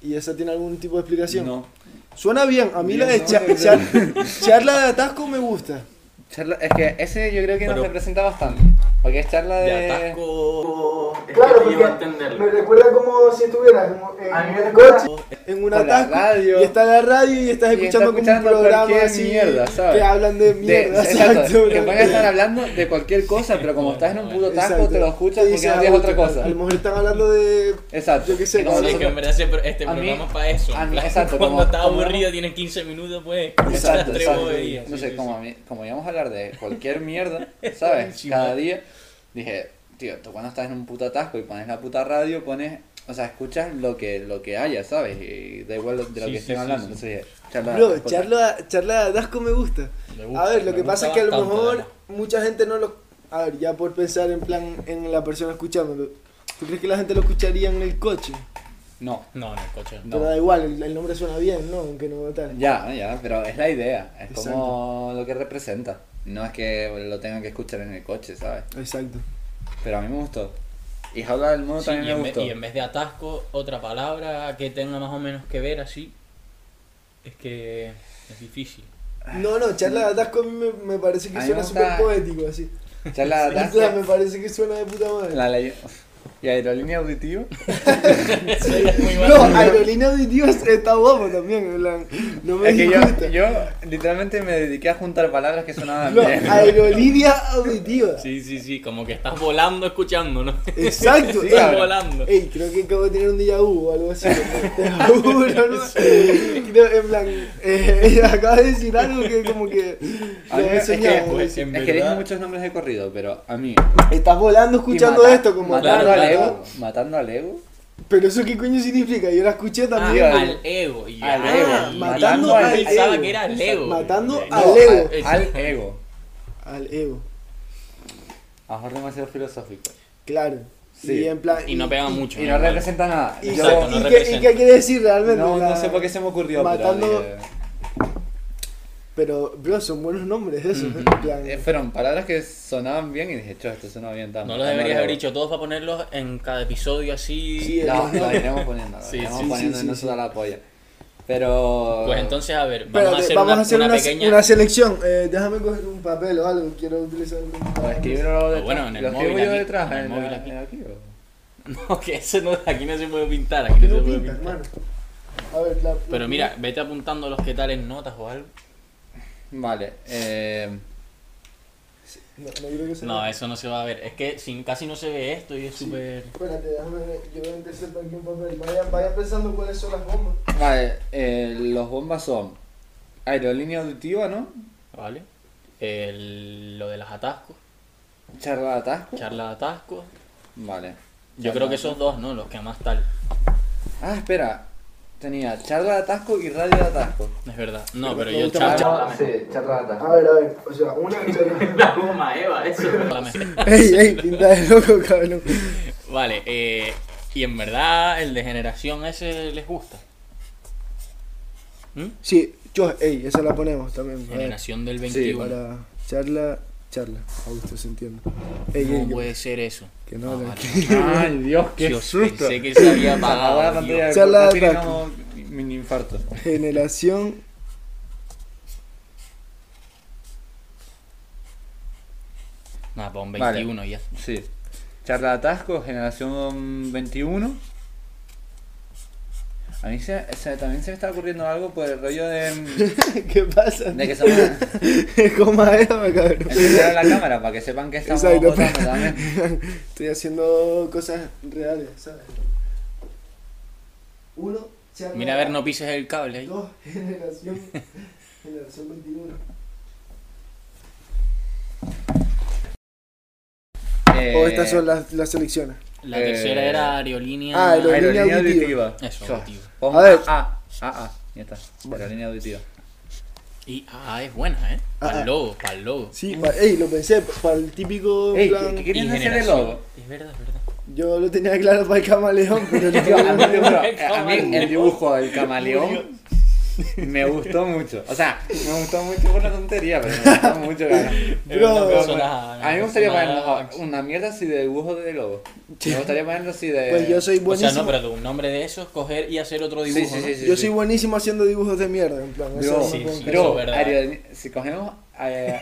Speaker 1: ¿Y esa tiene algún tipo de explicación?
Speaker 3: No.
Speaker 1: Suena bien, a mí la de
Speaker 3: Bien,
Speaker 1: cha-
Speaker 3: no,
Speaker 1: char- charla de atasco me gusta.
Speaker 3: Charla- es que ese yo creo que
Speaker 2: Pero-
Speaker 3: nos representa bastante. Porque es charla de.
Speaker 2: De atasco.
Speaker 1: recuerda como si estuvieras
Speaker 3: A mí me
Speaker 1: en,
Speaker 3: recuerda-
Speaker 1: un
Speaker 3: Por la
Speaker 1: atasco,
Speaker 3: radio.
Speaker 1: y está la radio y estás
Speaker 3: Y está
Speaker 1: escuchando, como un
Speaker 3: escuchando
Speaker 1: programa
Speaker 3: cualquier
Speaker 1: así
Speaker 3: mierda, ¿sabes?
Speaker 1: que hablan de
Speaker 3: de-
Speaker 1: mierda, (laughs)
Speaker 3: exacto,
Speaker 1: exacto,
Speaker 3: que
Speaker 1: bro.
Speaker 3: van a estar hablando de cualquier cosa, pero como estás en un puto
Speaker 1: Exacto.
Speaker 3: taco, te lo escuchas
Speaker 1: Y
Speaker 3: porque
Speaker 1: dices,
Speaker 3: no tienes
Speaker 1: "Ah,
Speaker 3: otra cosa.
Speaker 1: A lo mejor están hablando de
Speaker 3: Exacto.
Speaker 1: Yo qué sé,
Speaker 3: Y
Speaker 1: como
Speaker 3: nosotros-
Speaker 2: Sí, que en verdad ese pro- este
Speaker 3: a mí-
Speaker 2: programa es para eso.
Speaker 3: a
Speaker 2: en
Speaker 3: mí-
Speaker 2: plan,
Speaker 3: exacto,
Speaker 2: (laughs) Cuando
Speaker 3: como-
Speaker 2: estás
Speaker 3: como-
Speaker 2: aburrido, tienes 15 minutos, pues. (laughs) escuchar
Speaker 3: Exacto,
Speaker 2: las tres
Speaker 3: exacto.
Speaker 2: boberías.
Speaker 3: No
Speaker 2: Sí,
Speaker 3: sé,
Speaker 2: sí,
Speaker 3: como, a
Speaker 2: sí.
Speaker 3: mí- como íbamos a hablar de cualquier mierda,
Speaker 2: (laughs)
Speaker 3: ¿sabes?
Speaker 2: buenísimo.
Speaker 3: Cada día, dije, tío, tú cuando estás en un puto atasco y pones la puta radio, pones, o sea, escuchas lo que, lo que haya, ¿sabes? Y da igual lo- de lo
Speaker 2: Sí,
Speaker 3: que
Speaker 2: sí,
Speaker 3: estén
Speaker 2: sí,
Speaker 3: hablando.
Speaker 2: sí.
Speaker 3: Entonces dije, charla.
Speaker 1: Bro,
Speaker 3: podcast.
Speaker 1: charla, charla de atasco me gusta.
Speaker 2: Me gusta,
Speaker 1: a ver, lo
Speaker 2: me
Speaker 1: que
Speaker 2: gusta
Speaker 1: pasa es que a lo
Speaker 2: bastante,
Speaker 1: mejor
Speaker 2: la verdad.
Speaker 1: mucha gente no lo... A ver, ya por pensar en plan en la persona escuchándolo. ¿Tú crees que la gente lo escucharía en el coche?
Speaker 3: No,
Speaker 2: No, no, coche.
Speaker 3: No.
Speaker 1: Pero da igual, el, el nombre suena bien, ¿no? Aunque no tal.
Speaker 3: ya, ya, pero es la idea, es
Speaker 1: Exacto.
Speaker 3: como lo que representa. No es que lo tengan que escuchar en el coche, ¿sabes?
Speaker 1: Exacto.
Speaker 3: Pero a mí me gustó. Y Jaula del Mono
Speaker 2: Sí, y,
Speaker 3: también
Speaker 2: en
Speaker 3: me
Speaker 2: vez,
Speaker 3: gustó.
Speaker 2: y en vez de atasco, otra palabra que tenga más o menos que ver así. Es que es difícil.
Speaker 1: No, no, charla de atasco a mí me, me parece que
Speaker 3: A mí me
Speaker 1: suena
Speaker 3: gusta-
Speaker 1: súper poético, así. (laughs)
Speaker 3: Charla de
Speaker 1: O
Speaker 3: atasco,
Speaker 1: sea, me parece que suena de puta madre.
Speaker 3: la ley- Y aerolínea auditiva.
Speaker 2: Eso ya es muy
Speaker 1: No,
Speaker 2: malo.
Speaker 1: Aerolínea de Dios está guapo también, en plan, No me
Speaker 3: Es que yo,
Speaker 1: disgusta.
Speaker 3: yo literalmente me dediqué a juntar palabras que sonaban
Speaker 1: No,
Speaker 3: bien.
Speaker 1: aerolínea auditiva.
Speaker 2: Sí, sí, sí, como que estás volando escuchando, ¿no?
Speaker 1: Exacto. ey,
Speaker 2: (laughs)
Speaker 3: Sí,
Speaker 2: estás
Speaker 3: claro.
Speaker 2: volando.
Speaker 1: Ey, creo que acabo de tener un déjà vu o algo así. Te lo juro,
Speaker 2: (laughs)
Speaker 1: hermano. No, en plan, eh, (laughs) acabo de decir algo que como que
Speaker 3: (laughs) A
Speaker 1: lo
Speaker 3: mí me-
Speaker 1: he
Speaker 3: es que,
Speaker 1: soñado.
Speaker 2: pues, en
Speaker 3: es que dije
Speaker 2: verdad-
Speaker 3: muchos nombres de corrido, pero a mí.
Speaker 1: Estás volando escuchando
Speaker 3: Y mata-
Speaker 1: esto como
Speaker 3: Matando
Speaker 2: claro,
Speaker 1: tal,
Speaker 3: al
Speaker 2: claro.
Speaker 3: ego. Matando al ego.
Speaker 1: Pero eso qué coño significa? Yo la escuché también.
Speaker 2: Ah,
Speaker 3: al-
Speaker 2: al ego. y
Speaker 3: al
Speaker 2: ah,
Speaker 3: ego,
Speaker 2: y
Speaker 1: matando
Speaker 2: yo
Speaker 1: al
Speaker 2: pensaba
Speaker 1: ego.
Speaker 2: que era al ego.
Speaker 1: Matando
Speaker 2: No,
Speaker 1: al ego.
Speaker 3: Al, al ego.
Speaker 1: Al ego.
Speaker 3: A lo mejor demasiado filosófico.
Speaker 1: Claro.
Speaker 3: Sí.
Speaker 1: Y en plan.
Speaker 2: Y no pega mucho. ¿eh?
Speaker 3: Y
Speaker 2: ¿no?
Speaker 3: no representa nada.
Speaker 1: y-
Speaker 2: Exacto,
Speaker 1: y qué- y, qué,
Speaker 2: no representa.
Speaker 1: quiere decir
Speaker 3: no,
Speaker 1: realmente?
Speaker 3: no,
Speaker 1: La-
Speaker 3: sé por qué se me ocurrió.
Speaker 1: Matando-
Speaker 3: Pero
Speaker 1: Pero, bro, son buenos nombres esos.
Speaker 2: Ujú.
Speaker 1: en plan-
Speaker 3: dije, eh, fueron palabras que sonaban bien y dije, cho, esto suena bien. tal,
Speaker 2: No los
Speaker 3: matando al
Speaker 2: deberías haber
Speaker 3: ego.
Speaker 2: dicho todos para ponerlos en cada episodio así.
Speaker 1: Sí,
Speaker 3: No, lo iremos poniendo. Lo
Speaker 2: Sí,
Speaker 3: iremos
Speaker 2: sí,
Speaker 3: poniendo
Speaker 1: sí,
Speaker 3: y no
Speaker 1: sí,
Speaker 3: se da la polla. Pero.
Speaker 2: Pues entonces, a ver, vamos
Speaker 1: Ah. Espérate,
Speaker 2: a hacer,
Speaker 1: vamos
Speaker 2: una,
Speaker 1: a hacer
Speaker 2: una
Speaker 1: una,
Speaker 2: pequeña.
Speaker 1: una selección. Eh, déjame coger un papel o algo. Quiero utilizar un
Speaker 3: O escríbelo detrás.
Speaker 2: bueno, en el
Speaker 3: lo escribo
Speaker 2: móvil
Speaker 3: yo
Speaker 2: aquí,
Speaker 3: detrás.
Speaker 2: en el
Speaker 3: la-
Speaker 2: móvil aquí.
Speaker 3: aquí, ¿o?
Speaker 2: (laughs) No, que eso no, aquí no se puede pintar, aquí
Speaker 1: ¿Qué
Speaker 2: no se
Speaker 1: no
Speaker 2: puede
Speaker 1: pinta,
Speaker 2: pintar.
Speaker 1: hermano? A ver, la,
Speaker 2: Pero mira, vete apuntando los que tal en notas o algo.
Speaker 3: Vale. Eh,
Speaker 1: No, no creo que se
Speaker 2: No,
Speaker 1: vea.
Speaker 2: eso no se va a ver. Es que sin, casi no se ve esto y es
Speaker 1: Sí.
Speaker 2: súper.
Speaker 1: Espérate, déjame ver. Yo voy a empezar por aquí un papel. Vayan, vayan pensando cuáles son las bombas.
Speaker 3: vale. eh, los bombas son aerolínea auditiva, ¿no?
Speaker 2: ¿Vale? El- lo de los atascos,
Speaker 3: Charla de
Speaker 1: Uh.
Speaker 3: atasco.
Speaker 2: charla de atascos.
Speaker 3: Vale.
Speaker 2: Yo
Speaker 3: Charla
Speaker 2: creo
Speaker 3: de
Speaker 2: que esos
Speaker 3: atasco.
Speaker 2: dos, ¿no? Los que más tal.
Speaker 3: Ah, espera. Tenía charla de atasco y radio de atasco.
Speaker 2: Es verdad. No,
Speaker 1: Pero
Speaker 2: pero
Speaker 1: me
Speaker 2: yo
Speaker 1: gusta
Speaker 2: charla.
Speaker 1: más
Speaker 2: Ah, charla
Speaker 3: sí, charla de
Speaker 1: A ver, a ver. O sea, una.
Speaker 2: (laughs) La goma
Speaker 1: (laughs)
Speaker 2: Eva, eso.
Speaker 1: ey, ey, pinta de loco, cabrón.
Speaker 2: Vale, eh, y en verdad el de generación ese les gusta. ¿Mm?
Speaker 1: Sí, yo, ey, esa la ponemos también. a ver,
Speaker 2: Generación del
Speaker 3: Sí,
Speaker 2: 21.
Speaker 1: para charla, charla. Augusto se entiende. Ey, ey,
Speaker 2: ¿Cómo
Speaker 1: que-
Speaker 2: puede ser eso?
Speaker 1: que (laughs) no,
Speaker 2: Ah, vale.
Speaker 1: tranquilo.
Speaker 3: Ay, Dios, (laughs) qué
Speaker 2: Dios,
Speaker 3: susto.
Speaker 2: Pensé que se
Speaker 3: (laughs)
Speaker 2: había
Speaker 3: Se apagó la
Speaker 2: apagado.
Speaker 3: pantalla
Speaker 2: Dios.
Speaker 3: del
Speaker 1: Charla de
Speaker 3: portátil y
Speaker 1: atasco.
Speaker 3: no- Mini infarto.
Speaker 1: Generación. (laughs)
Speaker 2: Nada, pon
Speaker 3: Vale.
Speaker 2: 21 pues ya.
Speaker 3: Sí. Charla de atasco, generación 21. A mí se, se- también se me está ocurriendo algo por el rollo de,
Speaker 1: ¿Qué pasa?
Speaker 3: de que somos...
Speaker 1: (laughs)
Speaker 3: (laughs)
Speaker 1: Coma Eva, cabrón.
Speaker 3: Encender la cámara para que sepan que estamos
Speaker 1: Exacto.
Speaker 3: votando también.
Speaker 1: Estoy haciendo cosas reales, ¿sabes? Uno, charla.
Speaker 2: Mira, a ver, no pises el cable ahí.
Speaker 1: Dos, generación. generación 21.
Speaker 3: Eh,
Speaker 1: (laughs) O estas son las, las selecciones.
Speaker 2: La
Speaker 3: Eh,
Speaker 2: tercera era aerolínea.
Speaker 1: ah, aerolínea.
Speaker 3: Aerolínea
Speaker 1: auditiva.
Speaker 3: auditiva.
Speaker 2: Eso,
Speaker 3: Yo.
Speaker 2: auditiva.
Speaker 3: Pon
Speaker 1: A ver.
Speaker 3: Ah, ah, ah. Ya está. Aerolínea auditiva.
Speaker 2: Y ah, es buena, ¿eh?
Speaker 1: Ah,
Speaker 2: Para
Speaker 1: ah.
Speaker 2: el logo, para el logo.
Speaker 1: Sí, pa- ey, lo pensé, pa- para el típico.
Speaker 3: Ey,
Speaker 1: plan-
Speaker 3: ¿qué- qué-
Speaker 2: Y
Speaker 3: ¿Quieres hacer el
Speaker 2: generación.
Speaker 3: logo?
Speaker 2: Es verdad, es verdad.
Speaker 1: Yo lo tenía claro para el camaleón, pero
Speaker 3: (laughs)
Speaker 1: el
Speaker 3: Tío, a mí, te
Speaker 1: (laughs)
Speaker 3: juro,
Speaker 2: El
Speaker 3: a mí el dibujo del camaleón me gustó mucho. O sea, me gustó mucho por una tontería, pero me gustó mucho. cabrón.
Speaker 1: (laughs) Bro,
Speaker 2: Una
Speaker 1: bro,
Speaker 2: persona-
Speaker 3: A mí me gustaría ah,
Speaker 2: una
Speaker 3: poner
Speaker 2: persona-
Speaker 3: no, una mierda así de dibujo
Speaker 2: (laughs)
Speaker 3: de lobo. Me gustaría ponerlo así de.
Speaker 1: Pues yo soy
Speaker 2: Eh, O
Speaker 1: buenísimo.
Speaker 2: sea, no, pero de un nombre de esos, coger y hacer otro
Speaker 3: Sí,
Speaker 2: dibujo.
Speaker 3: sí,
Speaker 2: ¿no? Eh,
Speaker 3: sí, sí,
Speaker 1: yo
Speaker 3: sí.
Speaker 1: soy buenísimo haciendo dibujos de mierda, en plan. eso
Speaker 3: Bro,
Speaker 1: no
Speaker 2: sí,
Speaker 1: puedo
Speaker 2: sí,
Speaker 1: creer.
Speaker 2: eso
Speaker 1: (laughs)
Speaker 2: es
Speaker 3: Bro,
Speaker 2: verdad.
Speaker 3: aerolí- si cogemos eh,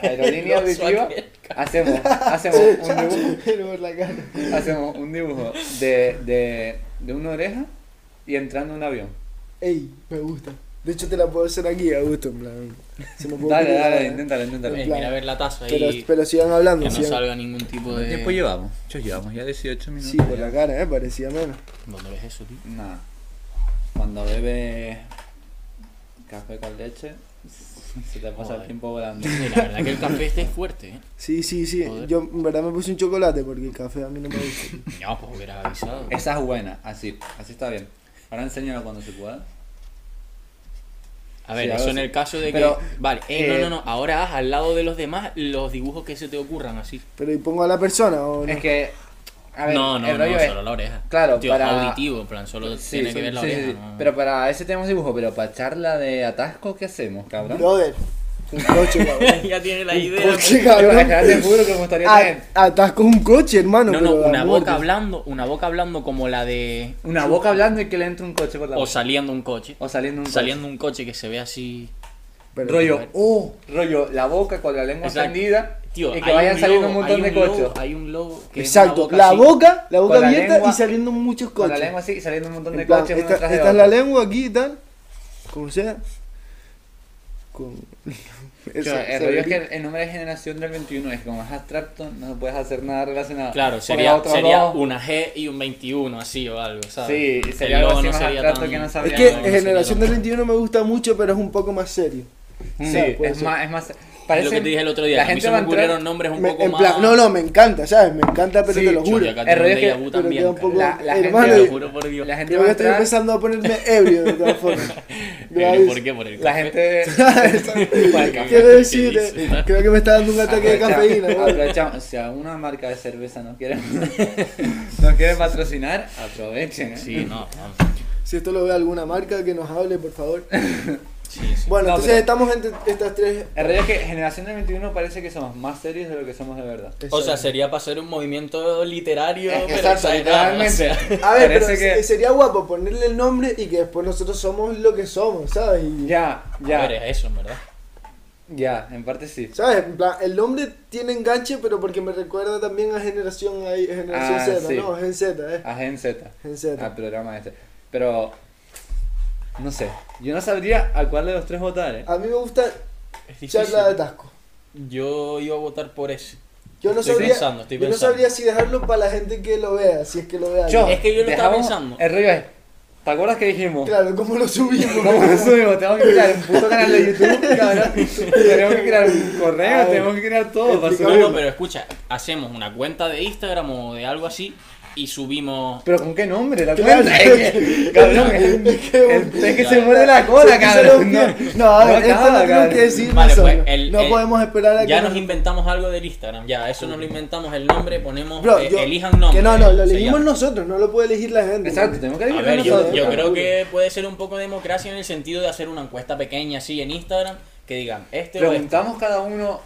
Speaker 2: (laughs)
Speaker 3: aerolínea
Speaker 2: El oso
Speaker 3: auditiva,
Speaker 2: aquel.
Speaker 3: hacemos, hacemos un dibujo,
Speaker 1: Pero por la cara.
Speaker 3: hacemos un dibujo de, de, de una oreja y entrando un avión.
Speaker 1: Ey, me gusta. De hecho, te la puedo hacer aquí, a gusto, en plan. Si me puedo
Speaker 3: Dale,
Speaker 1: ocurrir,
Speaker 3: dale,
Speaker 1: ¿eh?
Speaker 3: inténtalo, inténtalo.
Speaker 2: Eh,
Speaker 1: En
Speaker 2: mira
Speaker 1: plan.
Speaker 2: a ver la taza ahí.
Speaker 1: Pero, pero sigan hablando,
Speaker 2: que no
Speaker 1: sigan.
Speaker 2: salga ningún tipo
Speaker 3: ¿Cuánto
Speaker 2: de.
Speaker 3: tiempo llevamos? Yo llevamos ya 18 minutos.
Speaker 1: Sí, por la cara, eh, parecía menos.
Speaker 2: ¿Dónde ves eso, tío? (laughs)
Speaker 3: Nada. Cuando bebes café con leche, se te pasa el
Speaker 2: Joder.
Speaker 3: tiempo volando.
Speaker 2: Sí, la verdad que el café este es fuerte, ¿eh?
Speaker 1: Sí, sí, sí.
Speaker 2: Joder.
Speaker 1: Yo en verdad me puse un chocolate porque el café a mí no me gusta.
Speaker 2: No, pues hubiera avisado.
Speaker 3: Esa es buena, así, así está bien. Ahora enséñalo cuando se pueda.
Speaker 2: A ver,
Speaker 3: Sí,
Speaker 2: eso
Speaker 3: ahora
Speaker 2: en
Speaker 3: sí.
Speaker 2: el caso de que.
Speaker 3: Pero,
Speaker 2: vale, eh,
Speaker 3: eh,
Speaker 2: no, no, no. Ahora haz al lado de los demás los dibujos que se te ocurran así.
Speaker 1: Pero ¿y pongo a la persona o no?
Speaker 3: Es que, a ver,
Speaker 2: no, no,
Speaker 3: el
Speaker 2: no,
Speaker 3: rollo es-
Speaker 2: solo la oreja.
Speaker 3: claro,
Speaker 2: Tío,
Speaker 3: para-
Speaker 2: auditivo, en plan, solo
Speaker 3: Sí,
Speaker 2: tiene
Speaker 3: sí,
Speaker 2: que ver la
Speaker 3: sí,
Speaker 2: oreja.
Speaker 3: sí, sí.
Speaker 2: no-
Speaker 3: Pero para ese tenemos dibujo, pero para charla de atasco, ¿qué hacemos, cabrón?
Speaker 1: Brother. Un
Speaker 3: (laughs)
Speaker 1: coche, cabrón.
Speaker 2: (laughs) ya tiene la
Speaker 1: un
Speaker 2: idea.
Speaker 1: coche,
Speaker 3: Yo, la
Speaker 1: cabrón.
Speaker 3: verdad, te juro que me gustaría tener
Speaker 1: A- Atasco un coche, hermano.
Speaker 2: No, no,
Speaker 1: pero a
Speaker 2: una
Speaker 1: muerte.
Speaker 2: boca hablando, una boca hablando como la de.
Speaker 3: una boca hablando y que le entre un coche por la
Speaker 2: O
Speaker 3: boca.
Speaker 2: saliendo un coche.
Speaker 3: O saliendo un coche.
Speaker 2: Saliendo un coche que se ve así.
Speaker 1: Pero-
Speaker 3: rollo, oh, rollo, la boca con la lengua
Speaker 2: Exacto.
Speaker 3: extendida
Speaker 2: Tío,
Speaker 3: y
Speaker 2: hay
Speaker 3: que vayan
Speaker 2: un
Speaker 3: saliendo
Speaker 2: logo,
Speaker 3: un montón
Speaker 2: hay
Speaker 3: de
Speaker 2: logo,
Speaker 3: coches.
Speaker 2: Hay un logo que es
Speaker 1: Exacto,
Speaker 2: una
Speaker 1: la
Speaker 2: así.
Speaker 1: boca, la boca
Speaker 3: Con la
Speaker 1: abierta
Speaker 3: lengua-
Speaker 1: y saliendo muchos
Speaker 3: Con
Speaker 1: coches.
Speaker 3: la lengua así y saliendo un montón de
Speaker 1: En plan,
Speaker 3: coches uno
Speaker 1: esta,
Speaker 3: tras de
Speaker 1: esta es la
Speaker 3: otro.
Speaker 1: lengua aquí y tal. Como sea. Con.
Speaker 3: Tío,
Speaker 1: Esa-
Speaker 3: el
Speaker 1: esa
Speaker 3: rollo es que
Speaker 1: orilla.
Speaker 3: el, el nombre de generación del 21 es que como es abstracto, no puedes hacer nada relacionado.
Speaker 2: Claro,
Speaker 3: Porque
Speaker 2: sería,
Speaker 3: los otros
Speaker 2: sería
Speaker 3: dos-
Speaker 2: una G y un 21, así o algo,
Speaker 3: Sí,
Speaker 2: ¿sabes?
Speaker 3: y
Speaker 2: El
Speaker 3: sería algo
Speaker 2: logo
Speaker 3: así
Speaker 2: no
Speaker 3: más
Speaker 2: sería
Speaker 3: abstracto
Speaker 2: tan-
Speaker 3: que no
Speaker 1: Es
Speaker 3: sabría.
Speaker 1: que
Speaker 2: no, no
Speaker 1: Generación
Speaker 2: sería
Speaker 1: del 21 me gusta mucho, pero es un poco más serio.
Speaker 3: Sí,
Speaker 1: sea, puede
Speaker 3: es
Speaker 1: ser.
Speaker 3: más, es más.
Speaker 2: Es
Speaker 3: Parece,
Speaker 2: lo que te dije el otro día,
Speaker 3: La
Speaker 2: que a mí se
Speaker 3: gente va
Speaker 2: me
Speaker 3: a entrar-
Speaker 2: ocurrieron nombres un
Speaker 1: Me-
Speaker 2: poco
Speaker 1: en
Speaker 2: más.
Speaker 1: plan, no, no, me encanta, ¿sabes? Me encanta, pero
Speaker 3: Sí,
Speaker 1: te lo
Speaker 2: Chulo,
Speaker 1: juro.
Speaker 2: y acá
Speaker 3: El
Speaker 2: tengo un
Speaker 3: rollo es que-
Speaker 2: déjà vu
Speaker 1: pero
Speaker 2: también,
Speaker 1: queda un poco-
Speaker 2: cara.
Speaker 3: La, la
Speaker 1: Hermano,
Speaker 2: Te
Speaker 1: Vale.
Speaker 2: lo
Speaker 3: gente,
Speaker 2: juro por Dios.
Speaker 3: la gente
Speaker 1: Creo
Speaker 3: va
Speaker 1: que
Speaker 3: a
Speaker 1: estoy
Speaker 3: entrar.
Speaker 1: empezando a ponerme ebrio de
Speaker 3: (laughs)
Speaker 1: todas formas. Me
Speaker 2: Eh, ¿Por
Speaker 1: aviso.
Speaker 2: qué? Por el
Speaker 3: La
Speaker 2: café.
Speaker 3: (laughs) gente. Por el café.
Speaker 1: Quiero
Speaker 2: ¿Qué
Speaker 1: decir, eh,
Speaker 2: dices?
Speaker 1: creo que me está dando un ataque de
Speaker 3: Aprovecha-
Speaker 1: cafeína. ¿no?
Speaker 3: Aprovechamos. Si alguna marca de cerveza no quiere, (laughs) no quiere patrocinar, aprovechen. ¿eh?
Speaker 2: Sí, no. no.
Speaker 3: (laughs)
Speaker 1: Si esto lo ve alguna marca, que nos hable, por favor.
Speaker 2: Sí, sí.
Speaker 1: Bueno,
Speaker 3: No,
Speaker 1: entonces
Speaker 3: pero-
Speaker 1: estamos entre estas tres.
Speaker 3: En realidad es que generación del 21 parece que somos más serios de lo que somos de verdad.
Speaker 2: O sea, sería para hacer un movimiento literario.
Speaker 3: Es que
Speaker 2: pero
Speaker 3: exacto,
Speaker 2: exagerado, o sea.
Speaker 3: literalmente.
Speaker 1: A ver, pero
Speaker 3: parece
Speaker 1: se-
Speaker 3: que-
Speaker 1: sería guapo ponerle el nombre y que después nosotros somos lo que somos, ¿sabes? Y-
Speaker 3: Ya,
Speaker 2: A
Speaker 3: ya,
Speaker 2: ver, eh. es eso, en verdad.
Speaker 3: ya, en parte sí.
Speaker 1: ¿Sabes? En plan, el nombre tiene enganche, pero porque me recuerda también a Generación, a, generación
Speaker 3: Ah,
Speaker 1: Z,
Speaker 3: sí.
Speaker 1: ¿no? Gen Z, ¿eh?
Speaker 3: A Gen Z,
Speaker 1: Gen Z.
Speaker 3: al programa este. Pero, no sé, yo no sabría a cuál de los tres votar, ¿eh?
Speaker 1: A mí me gusta
Speaker 2: Es difícil.
Speaker 1: charla de tasco.
Speaker 2: Yo iba a votar por ese.
Speaker 1: Yo no
Speaker 2: Estoy
Speaker 1: sabría,
Speaker 2: pensando, estoy
Speaker 1: yo no
Speaker 2: pensando.
Speaker 1: sabría si dejarlo para la gente que lo vea, si es que lo vea.
Speaker 3: Yo,
Speaker 1: alguien.
Speaker 2: Es que yo lo estaba
Speaker 3: dejamos-
Speaker 2: pensando.
Speaker 3: El rollo es, ¿te acuerdas que dijimos?
Speaker 1: Claro, ¿cómo lo subimos?
Speaker 3: (laughs) ¿Cómo lo subimos? Tenemos que crear un puto canal de YouTube, cabrón. Tenemos que crear un correo,
Speaker 1: A ver,
Speaker 3: tenemos que crear todo para
Speaker 1: explícame.
Speaker 2: No,
Speaker 3: subirlo.
Speaker 2: no, pero escucha, hacemos una cuenta de Instagram o de algo así y subimos.
Speaker 3: Pero con qué nombre, la
Speaker 1: Claro.
Speaker 3: cuenta. Es que, cabrón, es,
Speaker 1: Es que-
Speaker 3: es- es que se muerde la cola,
Speaker 1: Se puso los
Speaker 3: cabrón. No,
Speaker 1: pies. No, a ver, esto
Speaker 3: acaba,
Speaker 1: lo tenemos
Speaker 3: cabrón.
Speaker 1: que decir
Speaker 2: Vale,
Speaker 1: nosotros.
Speaker 2: pues, el-
Speaker 1: no
Speaker 2: el-
Speaker 1: podemos esperar a que
Speaker 2: Ya
Speaker 1: nos-
Speaker 2: nos inventamos algo del Instagram, ya, eso nos lo inventamos el nombre, ponemos
Speaker 1: Bro,
Speaker 2: eh,
Speaker 1: yo-
Speaker 2: elijan nombre.
Speaker 1: Que no, no, lo
Speaker 2: se
Speaker 1: elegimos
Speaker 2: llama.
Speaker 1: nosotros, no lo puede elegir la gente.
Speaker 3: Exacto, tenemos que
Speaker 2: A
Speaker 3: elegir
Speaker 2: ver, yo,
Speaker 3: nosotros.
Speaker 2: yo
Speaker 1: Claro.
Speaker 2: creo que puede ser un poco de democracia en el sentido de hacer una encuesta pequeña así en Instagram que digan este o este.
Speaker 3: Preguntamos cada uno,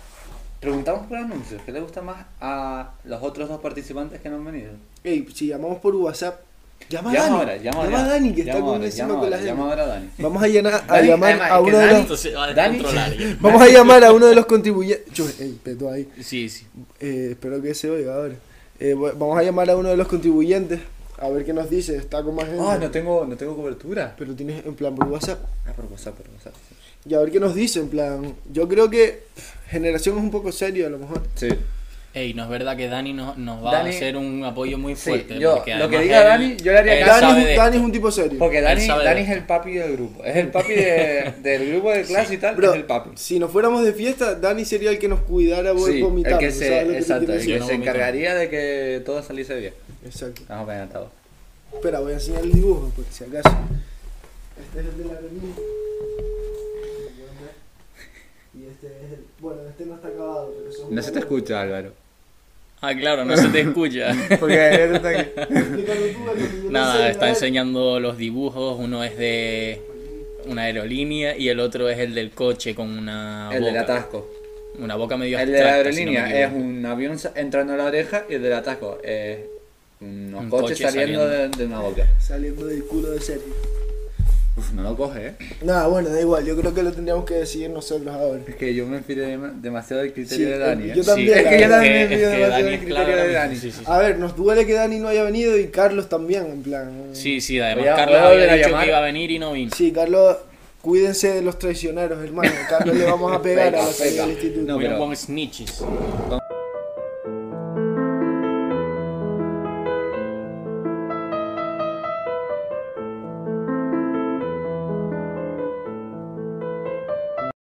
Speaker 3: preguntamos por anuncios, ¿qué le gusta más a los otros dos participantes que no han venido?
Speaker 1: Ey, si llamamos por WhatsApp, llama a
Speaker 3: Llama
Speaker 1: Dani.
Speaker 3: ahora, llama ahora.
Speaker 1: a Dani que está
Speaker 3: Llama
Speaker 1: con
Speaker 3: ahora,
Speaker 1: encima
Speaker 3: llama
Speaker 1: con la
Speaker 3: ahora,
Speaker 1: gente.
Speaker 3: Llama ahora a Dani.
Speaker 1: Vamos a, llenar, a
Speaker 3: Dani,
Speaker 1: llamar
Speaker 3: además,
Speaker 1: a
Speaker 3: que
Speaker 1: uno de
Speaker 3: Dani-
Speaker 1: los.
Speaker 2: Entonces se va a
Speaker 3: Dani-
Speaker 2: descontrolar. ya.
Speaker 1: Vamos a llamar a uno de los contribuyentes. Chus, ey, peto ahí.
Speaker 2: Sí, sí.
Speaker 1: Eh, espero que se oiga ahora. Eh, bu- vamos a llamar a uno de los contribuyentes a ver qué nos dice. Está con más gente.
Speaker 3: Ah, no tengo, no tengo cobertura.
Speaker 1: Pero tienes en plan por WhatsApp.
Speaker 3: Ah, por WhatsApp, por WhatsApp.
Speaker 1: Y a ver qué nos dice. En plan, yo creo que pff, generación es un poco serio a lo mejor.
Speaker 3: Sí.
Speaker 2: Ey, no es verdad que Dani nos, nos va
Speaker 3: Dani-
Speaker 2: a hacer un apoyo muy
Speaker 3: Sí,
Speaker 2: fuerte.
Speaker 3: yo-
Speaker 2: porque
Speaker 3: lo
Speaker 2: además
Speaker 3: que diga
Speaker 2: él-
Speaker 3: Dani, yo le haría
Speaker 2: él
Speaker 3: caso.
Speaker 1: Dani,
Speaker 2: sabe
Speaker 1: es un-
Speaker 2: de
Speaker 1: Dani
Speaker 2: esto.
Speaker 1: es un tipo serio.
Speaker 3: Porque
Speaker 2: Él
Speaker 3: Dani,
Speaker 2: sabe de
Speaker 3: Dani es
Speaker 2: esto.
Speaker 3: el papi del grupo. Es el papi de- del grupo de clase y tal,
Speaker 1: Bro,
Speaker 3: es el papi.
Speaker 1: Si nos fuéramos de fiesta, Dani sería el que nos cuidara por
Speaker 3: Sí,
Speaker 1: vomitar.
Speaker 3: el que
Speaker 1: ¿sabes lo que
Speaker 3: se,
Speaker 1: te
Speaker 3: exacto,
Speaker 1: quiero
Speaker 3: el que
Speaker 1: decir?
Speaker 2: no
Speaker 3: se
Speaker 2: vomitar.
Speaker 3: encargaría de que todo saliese bien.
Speaker 1: Exacto.
Speaker 3: Más o menos todo.
Speaker 1: Espera, voy a enseñar el dibujo por si acaso. Este es el de la religión. Y este es el. Bueno, este no está acabado, pero son.
Speaker 3: No se te escucha, Álvaro.
Speaker 2: Ah, claro, no se te escucha.
Speaker 3: (laughs) Porque él está aquí.
Speaker 1: Explícalo tú, Álvaro, que yo no sé,
Speaker 2: Nada, está
Speaker 1: ¿verdad?
Speaker 2: enseñando los dibujos. Uno es de una aerolínea y el otro es el del coche con una
Speaker 3: El
Speaker 2: boca.
Speaker 3: del atasco.
Speaker 2: Una boca medio
Speaker 3: El de la
Speaker 2: abstracta, si no me
Speaker 3: aerolínea es
Speaker 2: equivoco.
Speaker 3: un avión sa- entrando a la oreja y el del atasco es unos
Speaker 2: Un
Speaker 3: coches
Speaker 2: coche
Speaker 3: saliendo, De, de una boca.
Speaker 1: Saliendo del culo de serio.
Speaker 3: Uf, no lo coge, eh.
Speaker 1: Nada, bueno, da igual, yo creo que lo tendríamos que decidir nosotros ahora.
Speaker 3: Es que yo me inspiré dem- demasiado del criterio
Speaker 1: Sí,
Speaker 3: de Dani. eh.
Speaker 1: yo también,
Speaker 3: es que
Speaker 1: la
Speaker 3: yo
Speaker 1: verdad.
Speaker 3: también
Speaker 2: Es que-
Speaker 3: me inspiré
Speaker 2: es que
Speaker 3: demasiado
Speaker 2: Dani
Speaker 3: del
Speaker 2: es
Speaker 3: criterio de
Speaker 2: claramente-
Speaker 3: Dani. Ah.
Speaker 2: sí, sí, sí.
Speaker 1: A ver, nos duele que Dani no haya venido y Carlos también, en plan.
Speaker 2: Sí, sí, además
Speaker 3: Voy a-
Speaker 2: Carlos
Speaker 3: voy a volver
Speaker 2: había
Speaker 3: a
Speaker 2: dicho
Speaker 3: llamar.
Speaker 2: que iba a venir y no vino.
Speaker 1: Sí, Carlos, cuídense de los traicioneros, hermano. A Carlos le vamos a pegar a los
Speaker 3: Venga,
Speaker 1: del instituto. (laughs)
Speaker 3: No, pues,
Speaker 2: No,
Speaker 3: pero-
Speaker 2: con snitches.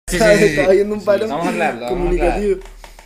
Speaker 3: Sí, sí, sí, sí.
Speaker 1: Estaba viendo un paro
Speaker 3: Vamos a hablarlo. Vamos a hablar.
Speaker 1: comunicativo.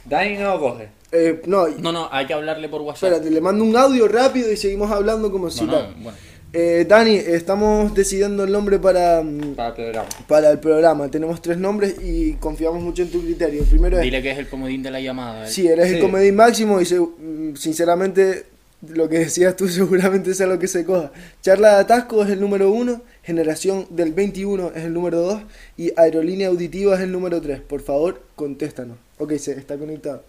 Speaker 3: Dani no lo coge.
Speaker 1: Eh, no,
Speaker 2: No, no, hay que hablarle por WhatsApp.
Speaker 1: espérate, le mando un audio rápido y seguimos hablando como si
Speaker 2: No, no,
Speaker 1: nada.
Speaker 2: bueno.
Speaker 1: Eh, Dani, estamos decidiendo el nombre para, mm,
Speaker 3: Para el programa.
Speaker 1: para el programa. Tenemos tres nombres y confiamos mucho en tu criterio. El primero es
Speaker 2: Dile que es el comodín de la llamada. ¿eh?
Speaker 1: Sí, eres
Speaker 3: Sí.
Speaker 1: el comedy máximo y se- mm, sinceramente lo que decías tú (laughs) seguramente sea lo que se coja. Charla de Atasco es el número uno, Generación del 21 es el número dos y Aerolínea Auditiva es el número tres. Por favor, contéstanos. Ok, se está conectado.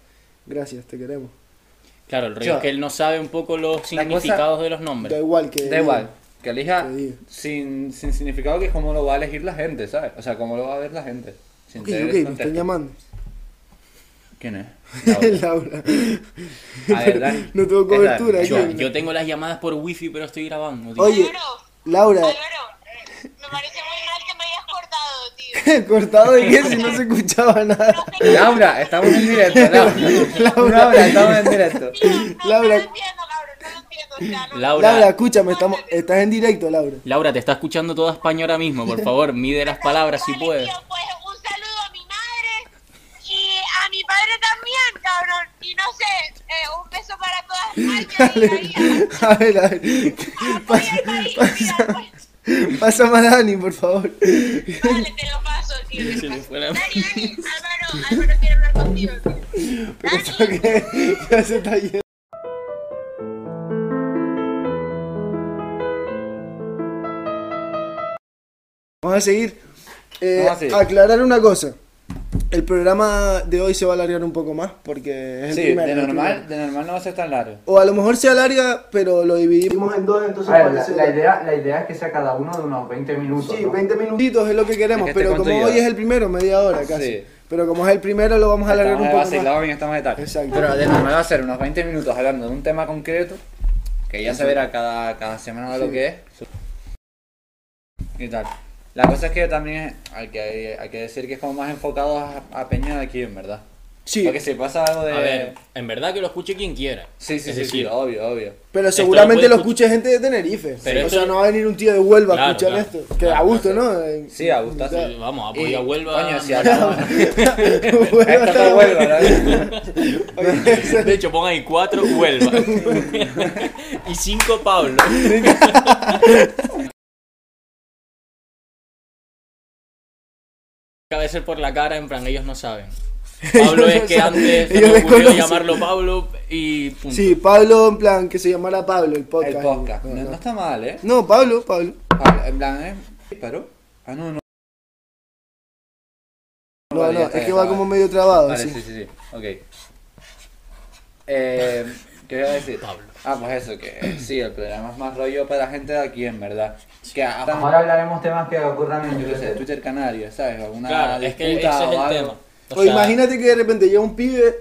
Speaker 1: Gracias, te queremos.
Speaker 2: Claro, el rollo
Speaker 3: Yo-
Speaker 2: es que él no sabe un poco los
Speaker 3: La cosa-
Speaker 2: significados de los
Speaker 1: Da
Speaker 2: nombres.
Speaker 1: igual que...
Speaker 3: Da igual. Que elija
Speaker 1: Te digo.
Speaker 3: sin, sin significado que es como lo va a elegir la gente, ¿sabes? O sea, cómo lo va a ver la gente. Sin
Speaker 1: Ok,
Speaker 3: tener
Speaker 1: ok,
Speaker 3: el
Speaker 1: me
Speaker 3: contexto.
Speaker 1: están llamando.
Speaker 3: ¿Quién es?
Speaker 1: (laughs) Laura.
Speaker 3: A ver, Dani.
Speaker 1: No tengo
Speaker 3: Es Dani.
Speaker 1: cobertura.
Speaker 3: Yo-
Speaker 2: Yo,
Speaker 1: aquí.
Speaker 2: yo tengo las llamadas por wifi, pero estoy grabando. tío.
Speaker 1: Oye,
Speaker 4: Álvaro,
Speaker 1: Laura, (laughs)
Speaker 4: Álvaro, eh, me parece muy mal que me hayas cortado,
Speaker 1: (laughs)
Speaker 4: tío.
Speaker 1: cortado de qué si no se escuchaba nada.
Speaker 3: Laura, estamos
Speaker 4: (laughs)
Speaker 3: en directo. Laura,
Speaker 1: (laughs) Laura.
Speaker 3: Laura, estamos
Speaker 1: (laughs)
Speaker 3: en directo.
Speaker 4: Tío, no,
Speaker 1: Laura-
Speaker 4: no lo entiendo, cabrón, no lo entiendo. O sea, no,
Speaker 2: Laura,
Speaker 1: Laura, escúchame, estamos, estás en directo, Laura.
Speaker 2: Laura, te está escuchando toda España ahora mismo. Por
Speaker 3: (laughs)
Speaker 2: favor, mide las palabras si
Speaker 4: Vale,
Speaker 2: puedes.
Speaker 4: tío, pues un saludo a mi madre y a mi padre también, cabrón. Y no sé, eh, un beso para
Speaker 1: (laughs)
Speaker 4: todas
Speaker 1: Dale.
Speaker 4: las
Speaker 1: A ver, a ver.
Speaker 4: Pasa,
Speaker 1: (laughs) Pasa, pasa más Dani, por favor.
Speaker 4: pues. Vale, te lo paso, tío. te lo
Speaker 2: Se me
Speaker 4: paso.
Speaker 2: fue la-
Speaker 4: Dani, Dani, Álvaro, Álvaro quiere hablar contigo. tío. Dani,
Speaker 1: Porque ya se está yendo. Vamos a seguir. Eh,
Speaker 3: No, así.
Speaker 1: aclarar una cosa. El programa de hoy se va a alargar un poco más porque es el
Speaker 3: Sí,
Speaker 1: primero,
Speaker 3: de
Speaker 1: el
Speaker 3: normal,
Speaker 1: primero.
Speaker 3: de normal no va a ser tan largo.
Speaker 1: O a lo mejor se alarga, pero lo dividimos en dos, entonces
Speaker 5: A ver, la,
Speaker 1: parece-
Speaker 5: la idea, la idea es que sea cada uno de unos 20 minutos.
Speaker 1: Sí,
Speaker 5: ¿no?
Speaker 1: 20 minutitos es lo que queremos,
Speaker 3: Es que este
Speaker 1: pero
Speaker 3: cuento
Speaker 1: como
Speaker 3: lleva.
Speaker 1: hoy es el primero, media hora casi.
Speaker 3: Sí.
Speaker 1: Pero como es el primero, lo vamos a alargar
Speaker 3: Estamos
Speaker 1: un
Speaker 3: de
Speaker 1: poco
Speaker 3: vacilado
Speaker 1: más.
Speaker 3: bien, estamos de tal.
Speaker 1: Exacto.
Speaker 3: Pero de normal va a ser unos 20 minutos hablando de un tema concreto que ya se verá cada, cada semana lo que es. Y tal. La cosa es que también hay que, hay que decir que es como más enfocado a, a Peña de aquí, en verdad.
Speaker 1: Sí,
Speaker 3: Porque si pasa algo de.
Speaker 2: A ver, en verdad que lo escuche quien quiera.
Speaker 3: Sí, sí,
Speaker 2: Es
Speaker 3: sí, sí,
Speaker 2: decir,
Speaker 3: obvio, obvio.
Speaker 1: pero
Speaker 2: esto
Speaker 1: seguramente
Speaker 2: lo
Speaker 1: lo,
Speaker 2: puede
Speaker 1: escuche gente de Tenerife.
Speaker 2: Pero
Speaker 1: o
Speaker 2: esto-
Speaker 1: sea, no va a venir un tío de Huelva
Speaker 2: Claro,
Speaker 1: a escuchar
Speaker 2: claro.
Speaker 1: esto. Que
Speaker 2: Claro,
Speaker 1: a gusto, ¿no? (laughs)
Speaker 3: Sí, a gusto, sí.
Speaker 2: Vamos,
Speaker 3: Y,
Speaker 2: apoya Huelva.
Speaker 3: Coño, si
Speaker 2: no,
Speaker 3: (laughs) hablamos.
Speaker 1: Huelva
Speaker 3: Esto
Speaker 1: está-
Speaker 3: no vuelva,
Speaker 1: (laughs)
Speaker 2: (laughs)
Speaker 3: ¿verdad?
Speaker 2: De hecho, pongan ahí cuatro
Speaker 3: (laughs)
Speaker 2: Huelva. y cinco Pablo. Cabe ser por la cara, en plan, ellos no saben. Pablo
Speaker 1: Ellos
Speaker 2: es
Speaker 1: no
Speaker 3: (laughs)
Speaker 2: que
Speaker 1: saben,
Speaker 2: antes se
Speaker 1: ellos
Speaker 2: me ocurrió
Speaker 1: desconocen.
Speaker 2: llamarlo Pablo y
Speaker 1: (laughs)
Speaker 2: punto.
Speaker 1: Sí, Pablo, en plan, que se llamara Pablo el podcast.
Speaker 3: El podcast. No,
Speaker 1: No,
Speaker 3: no
Speaker 1: no.
Speaker 3: está mal, ¿eh?
Speaker 1: No, Pablo, Pablo.
Speaker 3: Pablo, En plan, ¿eh? ¿Pero? Ah, no, no.
Speaker 1: No,
Speaker 3: Vale,
Speaker 1: no,
Speaker 3: ya
Speaker 1: es
Speaker 3: está, ya
Speaker 1: que
Speaker 3: está,
Speaker 1: va
Speaker 3: vale.
Speaker 1: como medio trabado.
Speaker 3: Vale,
Speaker 1: sí.
Speaker 3: sí, sí, sí. Ok. Eh, ¿Qué iba a decir? Ah, pues eso, que eh, sí, el programa es más rollo para gente de aquí, en verdad. Que a-
Speaker 5: Ahora hablaremos temas que ocurran en
Speaker 3: yo qué sé,
Speaker 5: YouTube.
Speaker 3: Twitter Canarias, ¿sabes? Alguna
Speaker 2: Claro, es que ese
Speaker 3: disputa
Speaker 2: es
Speaker 3: o
Speaker 2: el
Speaker 3: algo.
Speaker 2: tema. O
Speaker 1: O
Speaker 2: sea,
Speaker 1: imagínate que de repente llega un pibe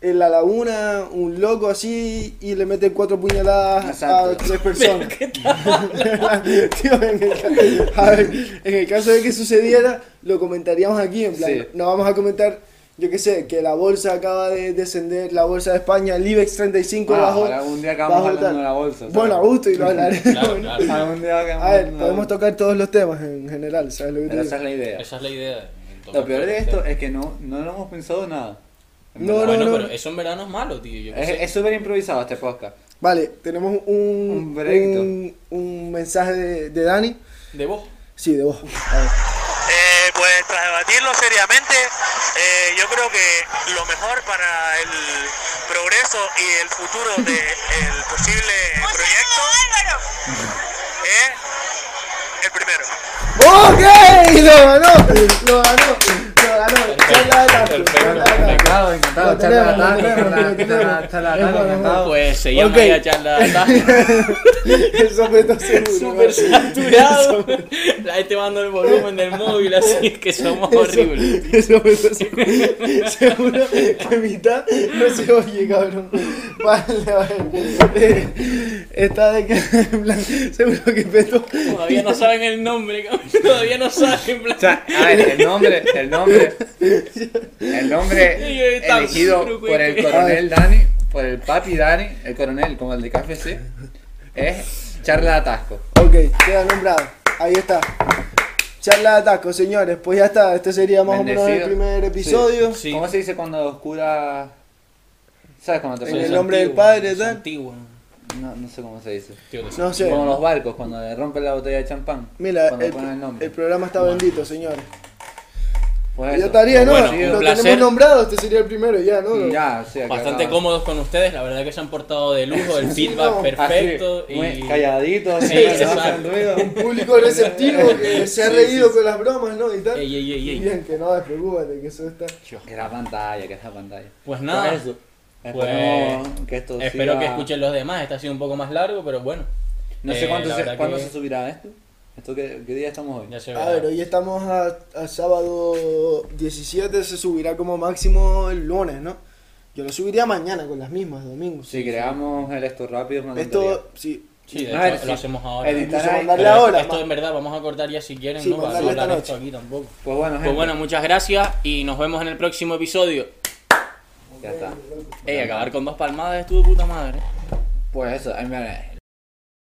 Speaker 1: en la laguna, un loco así, y le mete cuatro puñaladas a
Speaker 3: Exacto. (laughs)
Speaker 1: tres personas. (laughs) Tío, en el, ca- a ver, en el caso de que sucediera, lo comentaríamos aquí, en plan,
Speaker 3: Sí.
Speaker 1: no vamos a comentar, yo qué sé, que la bolsa acaba de descender, la bolsa de España, el IBEX 35
Speaker 3: Ah,
Speaker 1: bajó.
Speaker 3: ojalá algún día acabamos
Speaker 1: bajó
Speaker 3: hablando
Speaker 1: tal.
Speaker 3: de la bolsa, ¿sabes?
Speaker 1: Bueno, a gusto y
Speaker 3: (laughs)
Speaker 1: lo hablaremos.
Speaker 2: Claro, claro.
Speaker 3: Algún día que
Speaker 1: A ver, podemos tocar todos los temas en general, ¿sabes lo que te
Speaker 3: Pero
Speaker 1: digo?
Speaker 3: esa es la idea.
Speaker 2: Esa es la idea. pues, este,
Speaker 3: Lo peor de esto es que no, no lo hemos pensado nada. En
Speaker 1: No,
Speaker 3: verdad.
Speaker 1: no,
Speaker 2: bueno,
Speaker 1: no.
Speaker 2: pero eso en verdad no es malo, tío. Yo qué
Speaker 3: Es
Speaker 2: sé.
Speaker 3: es súper improvisado este podcast.
Speaker 1: Vale, tenemos un,
Speaker 3: Un veredicto.
Speaker 1: un, un mensaje de, de Dani.
Speaker 2: De vos.
Speaker 1: Sí, de vos. (laughs) A ver.
Speaker 6: Eh, pues tras debatirlo seriamente, eh, yo creo que lo mejor para el progreso y el futuro del posible
Speaker 4: Un
Speaker 6: proyecto
Speaker 4: saludo, Álvaro.
Speaker 6: es el
Speaker 1: ¡Ok!
Speaker 6: primero.
Speaker 1: Lo ganó, lo ganó, lo ganó. Charla de taco, charla de taco.
Speaker 3: Encantado,
Speaker 1: Lo
Speaker 3: encantado,
Speaker 1: tenemos,
Speaker 3: charla
Speaker 1: lo tenemos, lo tenemos.
Speaker 3: de ataque, charla de ataque, encantado.
Speaker 2: Pues se llama
Speaker 1: Ah, Ok.
Speaker 2: ya
Speaker 1: (laughs)
Speaker 2: charla de atajo.
Speaker 1: El sopeto seguro.
Speaker 2: Súper saturado. La gente bajando el volumen del móvil, así que somos horribles.
Speaker 1: El sopeto seguro. Seguro que mitad no se oye, cabrón. Vale, a ver. Eh, Está de que. en plan, Seguro que peto.
Speaker 2: Todavía no saben el nombre, cabrón. Todavía no saben. en plan,
Speaker 3: O sea, a ver, el nombre, el nombre, el
Speaker 2: (laughs) Yo
Speaker 3: nombre
Speaker 2: estaba seguro,
Speaker 3: elegido
Speaker 2: güey,
Speaker 3: por el
Speaker 2: que-
Speaker 1: Ah.
Speaker 3: coronel Dani, por el papi Dani, el coronel, como el de KFC, es charla de atasco.
Speaker 1: Ok, queda nombrado. Ahí está. Charla de atasco, señores. Pues ya está. Este sería más o menos el
Speaker 3: Bendecido.
Speaker 1: primer episodio.
Speaker 2: Sí.
Speaker 3: ¿Cómo se dice cuando los curas... ¿Sabes cuando te
Speaker 1: En el
Speaker 3: pones-
Speaker 1: nombre del
Speaker 2: antiguo,
Speaker 1: Padre,
Speaker 2: es
Speaker 1: tal.
Speaker 2: antiguo.
Speaker 3: No, no sé cómo se dice.
Speaker 2: Tío, te-
Speaker 1: No sé.
Speaker 3: Como los barcos, cuando le rompen la botella de champán.
Speaker 1: Mira,
Speaker 3: cuando
Speaker 1: el,
Speaker 3: ponen el nombre.
Speaker 1: el programa está bendito, señores.
Speaker 3: Pues
Speaker 1: Ya
Speaker 3: eso.
Speaker 1: estaría, ¿no?
Speaker 2: Bueno,
Speaker 1: lo
Speaker 2: un
Speaker 1: tenemos
Speaker 2: placer.
Speaker 1: nombrado, este sería el primero ya, ¿no?
Speaker 3: Ya, o sea, que
Speaker 2: Bastante
Speaker 3: acaba-
Speaker 2: cómodos con ustedes, la verdad que se han portado de lujo, el feedback
Speaker 1: no. Ah,
Speaker 3: Así,
Speaker 2: perfecto.
Speaker 3: muy
Speaker 2: y...
Speaker 3: calladito,
Speaker 2: Sí,
Speaker 3: así, no
Speaker 2: exacto.
Speaker 3: hacen ruido.
Speaker 1: Público receptivo que se ha
Speaker 2: Sí,
Speaker 1: reído
Speaker 2: sí, sí.
Speaker 1: con las bromas, ¿no? Y tal.
Speaker 2: Ey, ey, ey, ey.
Speaker 1: Bien, que no, despreocúpate, que eso está.
Speaker 3: Que la pantalla, que la pantalla.
Speaker 2: Pues nada,
Speaker 3: Pues eso.
Speaker 2: pues,
Speaker 3: Esperemos que esto
Speaker 2: espero
Speaker 3: siga-
Speaker 2: que escuchen los demás. Este ha sido un poco más largo, pero bueno.
Speaker 3: No
Speaker 2: Eh,
Speaker 3: sé cuánto
Speaker 2: la
Speaker 3: se,
Speaker 2: verdad
Speaker 3: cuándo
Speaker 2: que
Speaker 3: se subirá esto. ¿Esto qué, qué día estamos hoy?
Speaker 2: Ya se
Speaker 1: A ver,
Speaker 2: verá.
Speaker 1: hoy estamos a, a sábado 17, se subirá como máximo el lunes, ¿no? Yo lo subiría mañana con las mismas, domingo.
Speaker 3: si creamos el esto rápido, no
Speaker 1: Esto, sí.
Speaker 2: Sí, de
Speaker 3: A ver,
Speaker 2: hecho,
Speaker 3: sí.
Speaker 2: lo hacemos ahora.
Speaker 3: Editar
Speaker 1: Incluso
Speaker 3: ahí.
Speaker 1: mandarle
Speaker 2: Pero
Speaker 1: ahora.
Speaker 2: Esto
Speaker 1: ma-
Speaker 2: en verdad, vamos a cortar ya si quieren,
Speaker 1: Sí,
Speaker 2: ¿no? Para no
Speaker 1: mandarle esta
Speaker 2: hablar esto
Speaker 1: noche.
Speaker 2: aquí tampoco.
Speaker 3: Pues bueno, gente.
Speaker 2: Pues bueno, muchas gracias y nos vemos en el próximo episodio.
Speaker 3: Ya está.
Speaker 2: Ey, acabar con dos palmadas estuvo de puta madre.
Speaker 3: Pues eso, ay, mira,